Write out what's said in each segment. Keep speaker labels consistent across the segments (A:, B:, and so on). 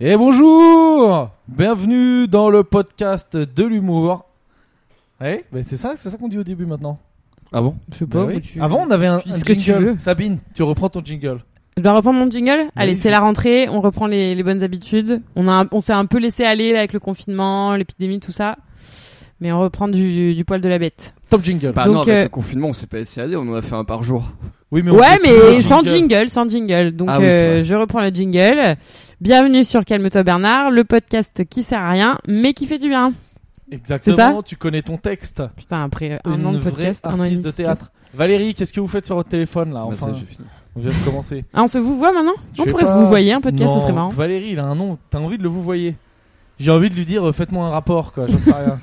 A: Et bonjour Bienvenue dans le podcast de l'humour. Ouais, mais c'est ça, c'est ça qu'on dit au début maintenant.
B: Ah bon
C: Je sais pas.
B: Bah oui.
C: mais tu-
A: Avant, on avait un,
C: Tu
A: un
C: dis ce que tu
A: jingle.
C: veux.
A: Sabine, tu reprends ton jingle.
C: Je dois reprendre mon jingle Allez,
A: Oui.
C: c'est la rentrée, on reprend les, les bonnes habitudes. On, a un- on s'est un peu laissé aller là, avec le confinement, l'épidémie, tout ça. Mais on reprend du, du poil de la bête.
A: Top jingle.
B: Bah
C: Donc,
B: non, avec
C: euh,
B: le confinement, on s'est pas SCAD, on en a fait un par jour.
A: Oui, mais on
C: ouais,
A: fait
C: mais
A: toujours
C: sans
A: le jingle.
C: jingle, sans jingle. Donc
B: Ah oui, c'est
C: euh,
B: vrai.
C: je reprends le jingle. Bienvenue sur Calme-toi Bernard, le podcast qui sert à rien, mais qui fait du bien.
A: Exactement, tu connais ton texte.
C: Putain, après un an
A: Une
C: de
A: vraie
C: podcast, un an et demi
A: artiste de
C: podcast.
A: théâtre. Valérie, qu'est-ce que vous faites sur votre téléphone là
B: Bah,
A: Enfin,
B: ça, j'ai fini.
A: on vient de commencer.
C: Ah, on se vous voit maintenant
A: Je
C: On
A: sais
C: pourrait se
A: pas.
C: vous voyez un podcast,
A: Non,
C: ça serait marrant.
A: Valérie, il a un nom, t'as envie de le vous voyez. J'ai envie de lui dire, euh, faites-moi un rapport, quoi, j'en sais rien.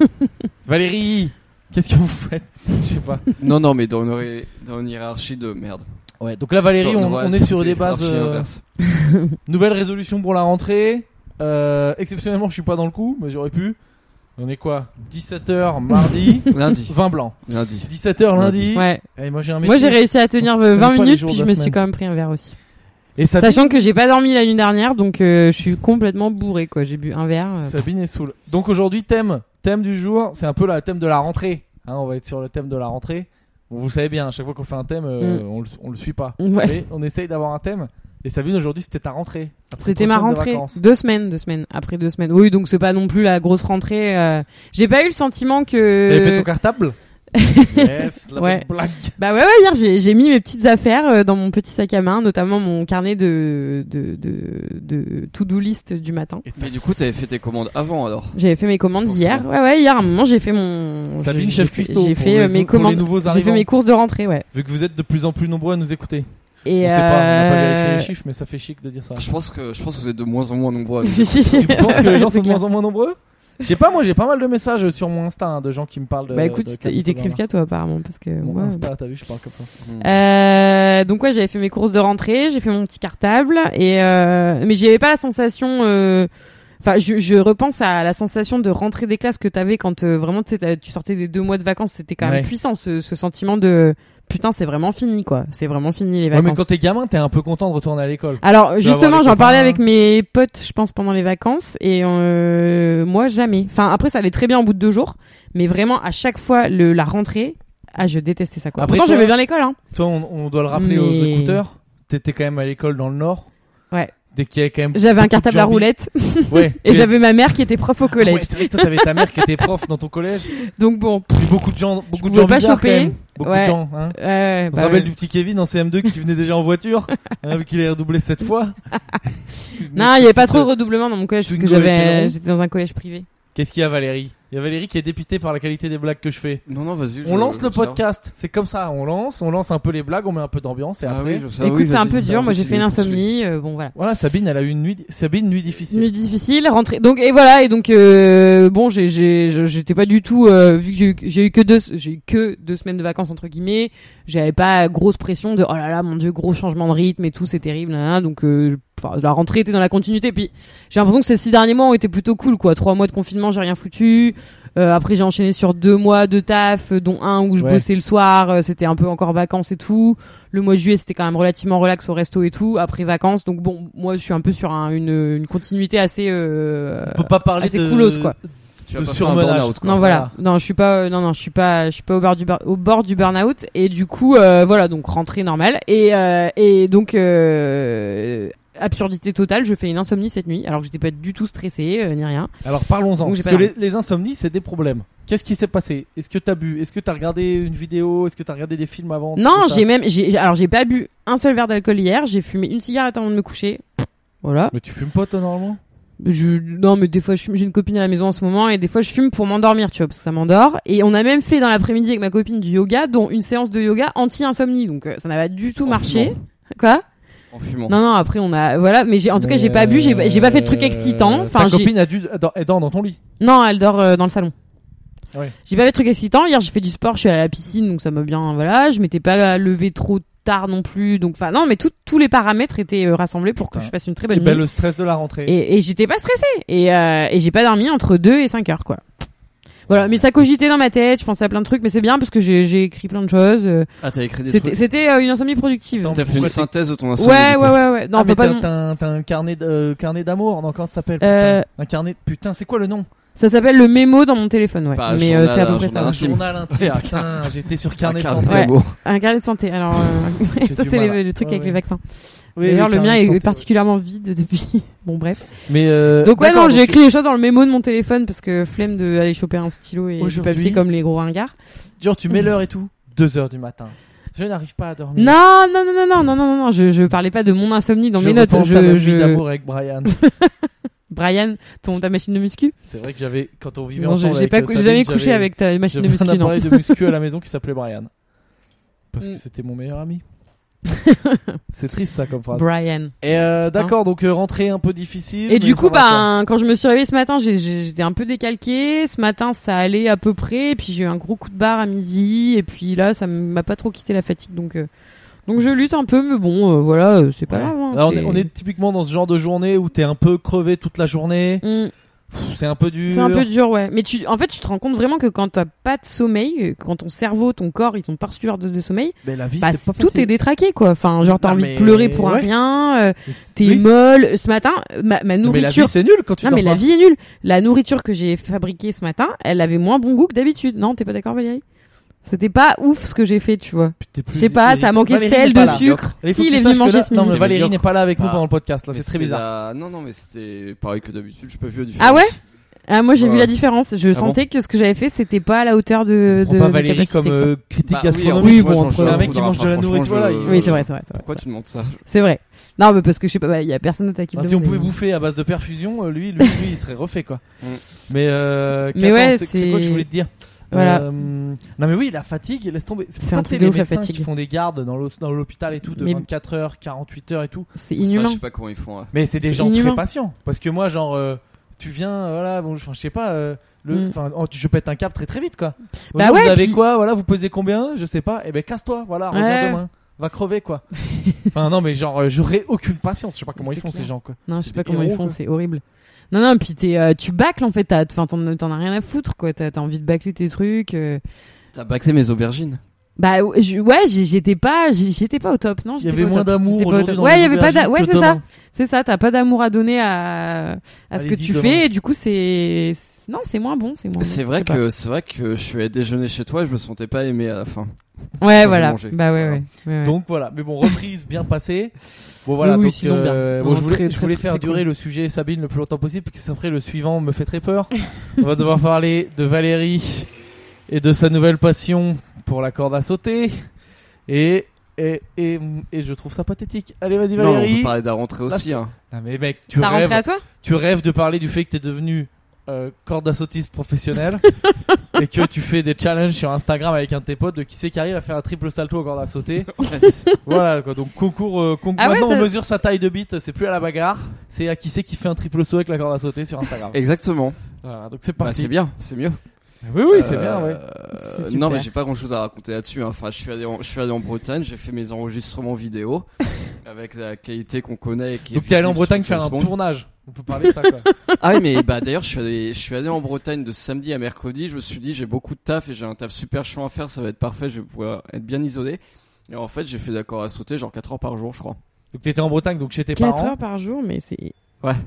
A: Valérie, qu'est-ce que vous faites Je sais pas.
B: Non, non, mais dans une, ré- dans une hiérarchie de merde.
A: Ouais, donc là, Valérie,
B: Dans
A: on,
B: une
A: on
B: hiérarchie-
A: est sur des bases.
B: hiérarchie
A: euh,
B: inverse.
A: nouvelle résolution pour la rentrée. Euh, exceptionnellement, je suis pas dans le coup, mais j'aurais pu. On est quoi 17h mardi,
B: Lundi,
A: 20 blanc.
B: lundi.
A: 17h lundi.
C: Ouais.
A: Et moi, j'ai un
C: Moi,
A: métier.
C: j'ai réussi à tenir
A: on se
C: euh,
A: connaît
C: 20
A: pas les
C: minutes,
A: jours
C: puis
A: de
C: je
A: la
C: me
A: semaine.
C: suis quand même pris un verre aussi.
A: Et Sabine,
C: Sachant que j'ai pas dormi la nuit dernière, donc euh, je suis complètement bourré quoi. J'ai bu un verre. euh.
A: Sabine est saoule. Donc aujourd'hui, thème. Thème du jour, c'est un peu le thème de la rentrée. Hein, on va être sur le thème de la rentrée. Bon, vous le savez bien, à chaque fois qu'on fait un thème, euh, on, le, on le suit pas.
C: Mm. Ouais.
A: Mais on essaye d'avoir un thème. Et Sabine, aujourd'hui, c'était ta rentrée. Après
C: C'était
A: trois
C: ma
A: semaines de
C: rentrée.
A: vacances.
C: Deux semaines, deux semaines. Après deux semaines. Oui, donc c'est pas non plus la grosse rentrée. euh. J'ai pas eu le sentiment
A: T'avais fait
C: que.
A: ton cartable Yes, la
C: Euh. Ouais.
A: bonne blague.
C: Bah ouais, ouais hier j'ai j'ai mis mes petites affaires euh, dans mon petit sac à main, notamment mon carnet de de de, de to do list du matin.
B: Mais du coup, t'avais fait tes commandes avant alors
C: J'avais fait mes commandes
B: Forcément.
C: hier. Ouais, ouais, hier à un moment j'ai fait mon.
A: Sabine,
C: j'ai-
A: chef
C: j'ai fait-
A: cuistot
C: J'ai
A: pour
C: fait
A: les-
C: euh, mes
A: pour les
C: commandes.
A: nouveaux
C: J'ai fait
A: arrivants.
C: mes courses de rentrée, ouais.
A: Vu que vous êtes de plus en plus nombreux à nous écouter.
C: Et
A: on sait pas, on n'a pas vérifié
C: euh,
A: les chiffres, mais ça fait chic de dire ça.
B: je pense, que, je pense que vous êtes de moins en moins nombreux. à-
A: tu penses que les gens
C: euh, C'est
A: sont de
C: clair.
A: moins en moins nombreux Je sais pas, moi j'ai pas mal de messages sur mon Insta hein, de gens qui me parlent de.
C: Bah écoute,
A: de
C: ils t-
A: Captain
C: ils t'écrivent
A: Obama.
C: qu'à toi apparemment parce que
A: Mon
C: moi, bah.
A: Insta, t'as vu, je parle comme ça.
B: Hmm.
C: Euh, donc ouais, j'avais fait mes courses de rentrée, j'ai fait mon petit cartable et euh, mais j'avais pas la sensation. euh, Enfin, je, je repense à la sensation de rentrée des classes que t'avais quand euh, vraiment tu sais, t'as- tu sortais des deux mois de vacances. C'était quand même
A: Ouais.
C: puissant ce, ce sentiment de putain, c'est vraiment fini quoi. C'est vraiment fini les
A: Ouais,
C: vacances.
A: mais quand t'es gamin, t'es un peu content de retourner à l'école. Tu
C: Alors
A: vas voir
C: justement,
A: les
C: j'en
A: copains.
C: parlais
A: euh,
C: avec mes potes, je pense, pendant les vacances, et euh, moi jamais. Enfin, après, ça allait très bien au bout de deux jours, mais vraiment à chaque fois le, la rentrée, ah, je détestais ça. Quoi.
A: Après,
C: Pourtant,
A: toi-
C: j'aimais bien l'école. Hein.
A: Toi, on, on doit le rappeler aux
C: Mais-
A: écouteurs, t'étais quand même à l'école dans le Nord.
C: Ouais.
A: Dès qu'il y avait quand même.
C: J'avais
A: beaucoup
C: un
A: de
C: cartable à
A: jambi-
C: roulette
A: Ouais. Ah,
C: et j'avais ma mère qui était prof au
A: Ouais,
C: collège.
A: c'est vrai que toi, t'avais ta mère qui était prof dans ton collège.
C: Donc bon,
A: Puis beaucoup de gens, beaucoup de
C: pouvais
A: gens
C: pas
A: bizarres, quand
C: choper.
A: même. Beaucoup de
C: Ouais.
A: gens, hein.
C: euh,
A: On
C: bah,
A: se rappelle
C: ouais.
A: du petit Kevin en CM2 qui venait déjà en voiture, hein, vu qu'il est redoublé cette fois.
C: non, il y avait pas trop de redoublement dans mon collège parce que
A: Twingo et Cameron.
C: j'avais, euh, j'étais dans un collège privé.
A: Qu'est-ce qu'il y a, Valérie Il y a Valérie qui est dépitée par la qualité des blagues que je fais.
B: Non, non, vas-y. je-
A: On lance le
B: j'observe.
A: podcast, c'est comme ça, on lance, on lance un peu les blagues, on met un peu d'ambiance et
B: Ah
A: après.
B: oui, j'observe,
C: Écoute,
B: oui,
C: c'est un
B: vas-y.
C: peu dur.
B: Alors,
C: Moi, j'ai fait
B: continue,
C: une
B: continue.
C: insomnie. euh, bon, voilà.
A: Voilà, Sabine, elle a eu une nuit, Sabine, nuit difficile.
C: Nuit difficile, rentrée. Donc et voilà et donc euh, bon j'ai j'ai je- j'étais pas du tout euh, vu que j'ai eu, j'ai eu que deux j'ai eu que deux semaines de vacances entre guillemets. J'avais pas grosse pression de oh là là mon dieu gros changement de rythme et tout c'est terrible nanana. donc euh, enfin, la rentrée était dans la continuité puis j'ai l'impression que ces six derniers mois ont été plutôt cool quoi trois mois de confinement j'ai rien foutu Euh, après j'ai enchaîné sur deux mois de taf euh, dont un où je
A: Ouais.
C: bossais le soir euh, c'était un peu encore vacances et tout le mois de juillet c'était quand même relativement relax au resto et tout après vacances donc bon moi je suis un peu sur un- une, une continuité assez euh,
A: On peut pas parler
C: Ah, c'est
A: de.
C: coolos, quoi.
B: Tu
A: de
B: vas pas faire un
A: surmenage.
B: burn-out, quoi.
C: non voilà non je suis pas euh, non non je suis pas je suis pas au bord du bur- au bord du burn-out et du coup euh, voilà donc rentrée normale et euh, et donc euh, absurdité totale je fais une insomnie cette nuit alors que j'étais pas du tout stressée euh, ni rien
A: Alors parlons-en.
C: Donc,
A: Parce
C: j'ai
A: que
C: pas
A: les, les insomnies, c'est des problèmes. Qu'est-ce qui s'est passé Est-ce que t'as bu Est-ce que t'as regardé une vidéo Est-ce que t'as regardé des films avant
C: non
A: Tout ça.
C: j'ai même j'ai alors j'ai pas bu un seul verre d'alcool hier j'ai fumé une cigarette avant de me coucher voilà
A: Mais tu fumes pas, toi, normalement
C: Je, non, mais des fois, je fume- j'ai une copine à la maison en ce moment et des fois, je fume pour m'endormir, tu vois, parce que ça m'endort. Et on a même fait dans l'après-midi avec ma copine du yoga, dont une séance de yoga anti-insomnie. Donc, euh, ça n'a pas du tout
B: En
C: marché. Quoi
B: En fumant.
C: Non, non, après, on a. Voilà, mais j'ai en tout cas, j'ai pas bu, j'ai pas- j'ai pas fait de trucs
A: Euh,
C: excitants. Enfin,
A: Ta
C: j'ai.
A: copine a dû. dans- Elle dort dans ton lit.
C: Non, elle dort euh, dans le salon.
A: Ouais.
C: J'ai pas fait de trucs excitants. Hier, j'ai fait du sport, je suis allée à la piscine, donc ça m'a bien. Voilà, je m'étais pas levé trop tard non plus. Donc, enfin, non, mais tout- tous les paramètres étaient euh, rassemblés pour que
A: Putain.
C: je fasse une très
A: Et
C: belle
A: ben,
C: nuit.
A: le stress de la rentrée.
C: Et, et j'étais pas stressée. Et, euh, et j'ai pas dormi entre 2 et 5 heures, quoi. Voilà, mais ça cogitait dans ma tête, je pensais à plein de trucs, mais c'est bien parce que j'ai j'ai écrit plein de choses. euh,
B: Ah, t'as écrit des
C: C'était
B: trucs.
C: c'était, euh, une insomnie productive.
A: Attends,
C: Ouais,
B: T'as fait
A: Pourquoi
B: une
A: t'es-
B: synthèse de ton insomnie.
C: ouais, ouais, ouais. Non,
A: Ah,
C: faut
A: mais
C: pas
A: t'as
C: non-
A: t'as un, t'as un carnet d- euh, carnet d'amour, non, comment ça s'appelle
C: Euh,
A: putain Un carnet. Putain, c'est quoi le nom
C: Ça s'appelle le mémo dans mon téléphone, ouais.
A: Bah,
B: Pas un
C: mais
B: journal,
C: euh, c'est à peu
B: un
C: près
B: Un
A: Un,
C: ça.
B: journal.
C: ouais.
B: intime.
A: journal
B: Ouais,
A: intime.
B: un
A: Putain, j'étais sur
B: Un
A: carnet de
B: carnet
A: santé.
C: Ouais.
B: d'amour.
C: Un carnet de santé. Alors, euh,
A: J'ai
C: ça
A: du
C: c'est
A: mal.
C: le, le truc
A: Ouais,
C: avec
A: ouais.
C: les vaccins.
A: Oui,
C: D'ailleurs,
A: oui,
C: le mien
A: carnet
C: est
A: de santé,
C: particulièrement vide depuis. Bon, bref.
A: ouais. Mais euh,
C: Donc ouais,
A: d'accord,
C: non, j'ai écrit les choses dans le mémo de mon téléphone parce que flemme de aller choper un stylo et du
A: Aujourd'hui-
C: papier comme les gros ringards.
A: Genre, tu mets l'heure et tout. 2 heures du matin. Je n'arrive pas à dormir.
C: Non, non, non, non, non, non, non, non, je, je parlais pas de mon insomnie dans
A: je
C: mes notes.
A: repense à ma
C: Je,
A: vie
C: je...
A: d'amour avec Brian.
C: Brian, ton ta machine de muscu.
A: C'est vrai que j'avais quand on vivait
C: Non, j'ai
A: ensemble.
C: j'ai
A: avec,
C: pas
A: euh,
C: cou-
A: Sabine,
C: jamais couché
A: j'avais-
C: avec ta machine de
A: J'avais un
C: muscu, non.
A: appareil de muscu à la maison qui s'appelait Brian. Parce
C: Mm.
A: que c'était mon meilleur ami. c'est triste ça comme phrase.
C: Brian.
A: Et euh, d'accord, donc euh, rentrée un peu difficile.
C: Et
A: mais
C: du
A: ça
C: coup,
A: va, quoi.
C: ben, quand je me suis réveillée ce matin, j'ai- j'ai- j'étais un peu décalquée. Ce matin, ça allait à peu près. Et puis j'ai eu un gros coup de barre à midi. Et puis là, ça m'a pas trop quitté la fatigue. Donc, euh, donc je lutte un peu, mais bon, euh, voilà, euh, c'est pas
A: Ouais.
C: grave. hein,
A: Là, on,
C: c'est-
A: est, on est typiquement dans ce genre de journée où t'es un peu crevé toute la journée.
C: Mm,
A: Pff, C'est un peu dur.
C: c'est un peu dur, ouais. Mais tu, en fait, tu te rends compte vraiment que quand t'as pas de sommeil, euh, quand ton cerveau, ton corps, ils ont pas reçu leur dose de sommeil,
A: Mais la vie,
C: bah,
A: c'est pas
C: tout est
A: facile.
C: détraqué, quoi. Enfin, genre, t'as
A: Non,
C: envie
A: mais-
C: de pleurer pour un
A: ouais.
C: rien, euh, t'es
A: Oui.
C: molle. Ce matin, ma, ma
A: Mais la
C: nourriture
A: vie, c'est nul quand tu
C: non,
A: dors
C: mais la
A: pas.
C: vie est nulle. La nourriture que j'ai fabriquée ce matin, elle avait moins bon goût que d'habitude. Non, t'es pas d'accord, Valérie C'était pas ouf ce que j'ai fait, tu vois.
A: Puis t'es plus-
C: Je sais pas,
A: Valérie-
C: ça manquait de
A: Valérie
C: sel,
A: n'est pas
C: de
A: là. Il faut
C: sucre. Si,
A: que
C: il
A: tu
C: est venu
A: saches que
C: manger
A: là-
C: ce
A: Non,
C: midi.
A: mais
B: C'est
A: Valérie
B: médiocre.
A: n'est pas là avec nous
B: Ah.
A: pendant le podcast. Là,
B: Mais
A: c'est très
B: c'était
A: bizarre.
B: la- Non, non, mais c'était pareil que d'habitude. Je peux vu la différence.
C: Ah ouais Ah, moi j'ai vu
B: Voilà.
C: la différence. Je
B: Ah
C: sentais que ce que j'avais fait, c'était pas à la hauteur de.
A: Prends
C: de
A: pas
C: mes
A: Valérie
C: capacités,
A: comme
C: quoi.
A: euh, critique
B: Bah, oui, en
A: gastronomique.
B: plus,
C: Oui,
B: moi,
C: bon,
B: je mange
C: après,
B: un
C: c'est un
A: mec
B: coup
A: qui
B: d'un
A: mange de
B: repas,
A: la
B: franchement,
A: nourriture,
B: je-
A: là, il-
C: Oui, c'est vrai, c'est vrai. c'est vrai.
B: Pourquoi tu demandes ça
C: C'est vrai. Non, mais parce que je sais pas, bah, il y a personne d'autre à qui
A: Ah, si on pouvait
C: demander.
A: bouffer à base de perfusion, euh, lui, lui, lui, il serait refait quoi.
B: Mm.
A: Mais, euh,
C: Mais
A: qu'attends,
C: ouais,
A: c'est c'est quoi que
C: c'est-
A: je voulais te dire
C: Voilà.
A: Euh, non mais oui, la fatigue, laisse tomber. C'est pour
C: C'est
A: ça
C: un
A: que c'est
C: truc de
A: les
C: ouf, la
A: médecins qui
C: fatigue.
A: font des gardes dans l'os- dans l'hôpital et tout de
C: Mais-
A: 24 heures, 48 heures et tout.
C: C'est
B: Ça,
C: inhumain.
B: Je sais pas comment ils font. ouais.
A: Mais c'est des
C: C'est
A: gens
C: inhumain.
A: très patients parce que moi genre euh, tu viens euh, voilà, bon enfin je sais pas euh,
C: Mm.
A: le enfin oh, tu- je pète un câble très très vite quoi.
C: Bah
A: Bonjour,
C: ouais,
A: vous avez
C: puis-
A: quoi Voilà, vous pesez combien Je sais pas. Et eh ben casse-toi, voilà, reviens
C: Ouais.
A: demain. Va crever quoi. enfin non mais genre euh, j'aurais aucune patience, je sais pas comment
C: C'est
A: ils font
C: clair.
A: ces gens quoi.
C: Non, je
A: C'est
C: sais pas
A: des
C: comment ils
A: héros,
C: font,
A: quoi.
C: c'est horrible. Non, non, puis t'es, euh, tu bâcles en fait, t'as- enfin, t'en t'en as rien à foutre quoi, t'as t'as envie de bâcler tes trucs. euh,
B: T'as bâclé mes aubergines.
C: Bah ou- je- ouais, j'y- j'étais pas, j'y- j'étais pas au top,
A: Il
C: non.
A: y
C: j'étais
A: avait
C: pas au
A: moins
C: top.
A: d'amour
C: J'étais pas au
A: aujourd'hui
C: top.
A: dans
C: Ouais,
A: les
C: il y avait pas
A: aubergines
C: d'a- ouais,
A: que
C: c'est ça,
A: demain.
C: c'est ça. T'as pas d'amour à donner à à ce que
A: Allez-y
C: tu
A: demain.
C: fais, et du coup c'est c'est- non, c'est moins bon, c'est moins. bon,
B: C'est
C: je
B: vrai
C: sais pas.
B: que c'est vrai que je suis allé déjeuner chez toi et je me sentais pas aimé à la fin.
C: Ouais,
B: j'ai
C: voilà.
B: mangé.
C: Bah ouais,
B: Voilà.
C: ouais. ouais, ouais.
A: Donc voilà, mais bon, reprise bien passée. Bon voilà,
C: Oui, oui,
A: donc
C: sinon
A: euh,
C: bien.
A: bon,
C: Non,
A: je voulais,
C: très,
A: je
C: très,
A: voulais
C: très,
A: faire
C: très
A: durer
C: cool.
A: le sujet Sabine le plus longtemps possible, parce que après le suivant me fait très peur. On va devoir parler de Valérie et de sa nouvelle passion pour la corde à sauter. Et et, et, et je trouve ça pathétique. Allez, vas-y
B: Non, on
A: Valérie.
B: peut parler de la rentrée aussi. Hein.
A: Non, mais mec, tu
C: T'as rentré à
A: rêves,
C: toi
A: tu rêves de parler du fait que t'es devenu euh, corde à sautiste professionnel et que tu fais des challenges sur Instagram avec un de tes potes de qui c'est qui arrive à faire un triple salto en corde à sauter. Voilà quoi, donc concours, euh, concours.
C: Ah ouais,
A: maintenant
C: ça-
A: on mesure sa taille de bite, c'est plus à la bagarre, c'est à qui c'est qui fait un triple saut avec la corde à sauter sur Instagram.
B: Exactement.
A: Voilà, donc c'est
B: Bah,
A: parti.
B: c'est bien, c'est mieux.
A: Oui, oui, c'est
B: Euh,
A: bien, ouais.
B: euh,
A: C'est super.
B: non, mais j'ai pas grand chose à raconter là-dessus. hein. Enfin, je suis allé en, je suis allé en Bretagne, j'ai fait mes enregistrements vidéo avec la qualité qu'on connaît. Et qui est
A: Donc t'es allé en
B: visible
A: Bretagne
B: sur
A: faire un
B: James Bond.
A: tournage. On peut parler de ça quoi.
B: Ah oui, mais bah d'ailleurs, je suis allé, je suis allé en Bretagne de samedi à mercredi. Je me suis dit, j'ai beaucoup de taf et j'ai un taf super chiant à faire, ça va être parfait, je vais pouvoir être bien isolé. Et en fait, j'ai fait d'accord à sauter genre 4 heures par jour, je crois.
A: donc t'étais en Bretagne, donc chez tes
C: 4
A: parents,
C: heures par jour, mais c'est.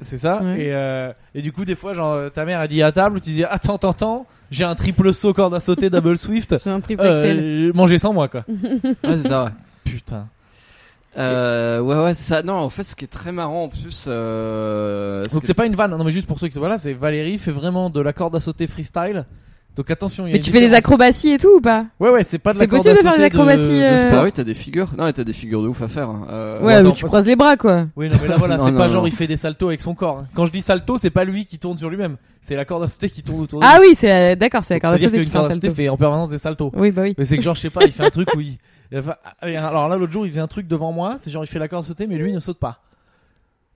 A: c'est ça.
C: Ouais.
A: Et, euh, et du coup, des fois, genre euh, ta mère a dit à table, tu disais attends, attends, attends, j'ai un triple saut corde à sauter double swift.
C: J'ai un triple Excel. Mm.
A: Euh, manger sans moi quoi.
B: Ouais, c'est ça. ouais.
A: Putain.
B: Euh, ouais, ouais, c'est ça. Non, en fait, ce qui est très marrant en plus, euh, ce
A: Donc
B: qui-
A: c'est pas une vanne, hein. non mais juste pour ceux qui sont voilà, c'est Valérie fait vraiment de la corde à sauter freestyle. Donc attention, il y a
C: Mais
A: une
C: tu fais des
A: différence.
C: acrobaties et tout ou pas
A: Ouais, ouais, c'est pas de la
C: C'est
A: corde à
C: possible de faire
A: sauter
C: des acrobaties,
A: de
C: euh,
B: bah oui, t'as des figures. Non, mais t'as des figures de ouf à faire. hein. Euh,
C: Ouais,
A: attends,
C: mais tu
A: parce-
C: croises les bras quoi.
A: Oui, non, mais là, voilà,
B: Non,
A: c'est
B: non,
A: pas
B: non.
A: genre il fait des saltos avec son corps. hein. Quand je dis salto, c'est pas lui qui tourne sur lui-même. C'est la corde à sauter qui tourne autour de
C: Ah
A: lui.
C: oui, c'est la- d'accord, c'est la corde à
A: Oh. C'est-à-dire
C: sauter qui
A: qu'une
C: fait un
A: corde à sauter
C: salto.
A: fait en permanence des saltos.
C: Oui, bah oui.
A: Mais c'est que genre, je sais pas, il fait un truc où il. il va- ah, et Alors là, l'autre jour, il faisait un truc devant moi. C'est genre, il fait la corde à sauter, mais lui, il ne saute pas.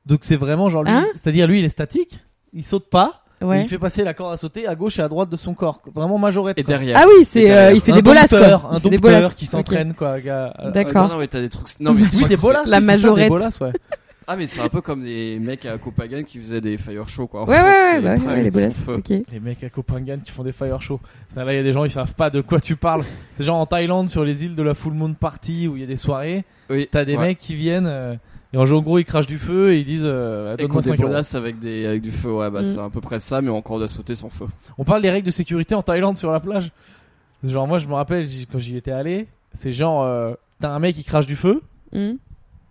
A: Donc c'est vraiment genre lui.
C: Hein
A: C'est-à-dire, lui, il est statique. Il saute pas. mais
C: Ouais.
A: il fait passer la corde à sauter à gauche et à droite de son corps. Vraiment majorette.
B: Et
A: quoi.
B: derrière.
C: Ah oui, c'est euh, il fait
A: Un
C: des bolasses
A: dompteur,
C: quoi.
A: Un
C: Il fait des
A: dompteur
C: bolasses.
A: qui
C: Ok.
A: s'entraîne, quoi. à- à-
B: Euh,
C: D'accord.
B: non, non, mais t'as des trucs. Non, mais
A: Oui, des bolas.
C: La majorette.
A: Des bolas, ouais.
B: Ah, mais c'est un peu comme les mecs à Copenhague qui faisaient des fire shows, quoi. En
D: Ouais,
B: fait,
D: ouais,
B: c'est
D: ouais, bah, ouais,
B: Pride
D: les
B: sans
D: bolasses.
B: feu.
D: Ok.
A: Les mecs à Copenhague qui font des fire shows. Putain, là, il y a des gens, ils savent pas de quoi tu parles. C'est genre en Thaïlande, sur les îles de la Full Moon Party, où il y a des soirées.
B: Oui,
A: T'as des
B: ouais.
A: mecs qui viennent, euh, et en jeu, en gros, ils crachent du feu et ils disent euh,
B: Et
A: Donne-moi
B: qu'on
A: 5 euros.
B: débonasse avec, des, avec du feu, ouais, bah
D: Mm.
B: c'est à peu près ça, mais encore de sauter sans feu.
A: On parle des règles de sécurité en Thaïlande sur la plage. Genre, moi, je me rappelle, j'y- quand j'y étais allé, c'est genre, euh, t'as un mec qui crache du feu,
D: Hmm.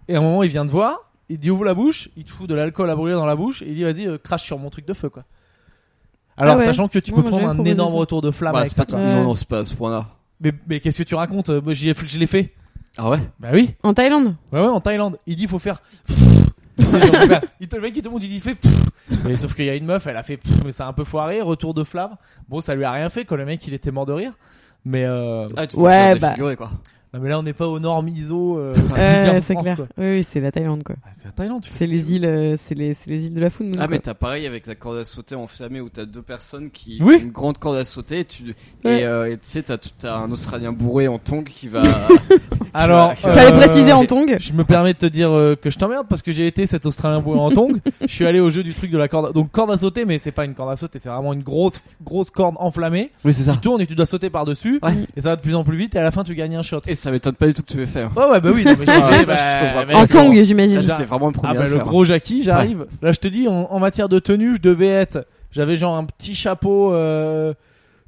A: et à un moment, il vient te voir, il dit ouvre la bouche, il te fout de l'alcool à brûler dans la bouche, et il dit vas-y, euh, crache sur mon truc de feu, quoi. Alors,
D: Ah ouais.
A: sachant que tu
D: Moi,
A: peux
D: moi, j'avais
A: prendre un
D: proposé
A: énorme
D: ça.
A: retour de flamme
B: Bah,
A: avec
B: c'est
A: ça,
B: pas
A: quoi.
D: Ouais.
B: Non, non, c'est pas à ce point-là.
A: Mais, mais qu'est-ce que tu racontes euh, Moi, j'y ai- je l'ai fait.
B: Ah ouais
A: Bah oui.
C: En Thaïlande
A: Ouais, ouais, en Thaïlande. Il dit, faut faire. Il dit, genre, faut faire- il te, le mec, il te montre, il dit, fais. Mais sauf qu'il y a une meuf, elle a fait. Mais ça a un peu foiré, retour de flamme. Bon, ça lui a rien fait quand le mec, il était mort de rire. Mais, euh,
B: Ah, tu
C: Ouais,
B: ouais,
C: bah.
A: non,
B: quoi.
A: Ah, mais là, on n'est pas aux normes ISO. Euh,
C: Euh,
A: en
C: C'est
A: France,
C: clair.
A: quoi.
C: Oui, oui, c'est la Thaïlande, quoi.
A: Ah, c'est la Thaïlande, tu fais.
C: C'est les îles, euh, c'est les, c'est les îles de la Full Moon.
B: Ah, mais
C: quoi.
B: t'as pareil avec la corde à sauter enflammée où t'as deux personnes qui.
A: Oui.
B: Une grande corde à sauter et tu.
C: Ouais.
B: Et euh, et tu sais, t'as- t'as un Australien bourré en tongue qui va.
A: Alors,
B: Fallait
C: Fallait
B: Euh,
C: préciser en tongue.
A: Je me permets de te dire euh, que je t'emmerde parce que j'ai été cet Australien bourré en tongue. Je suis allé au jeu du truc de la corde. à- Donc, corde à sauter, mais c'est pas une corde à sauter, c'est vraiment une grosse, grosse corde enflammée.
B: oui, c'est ça.
A: Tu tournes et tu dois sauter par-dessus.
B: Ouais.
A: Et ça va de plus en plus vite et à la fin, tu gagnes un shot.
B: Et ça m'étonne pas du tout que tu aies fait. hein.
A: Ouais, ouais, bah oui, non, mais j'ai-
B: Ah,
A: mais
B: ça,
A: bah,
B: je comprends
A: mais
B: pas.
C: En
A: d'accord.
C: tongue,
B: Là,
C: j'imagine.
A: Déjà-
B: J'étais vraiment le premier
A: Ah,
B: à
A: bah,
B: le
A: le
B: faire.
A: gros Jackie, j'arrive. Là, je te dis, en, en matière de tenue, je devais être. J'avais genre un petit chapeau, euh,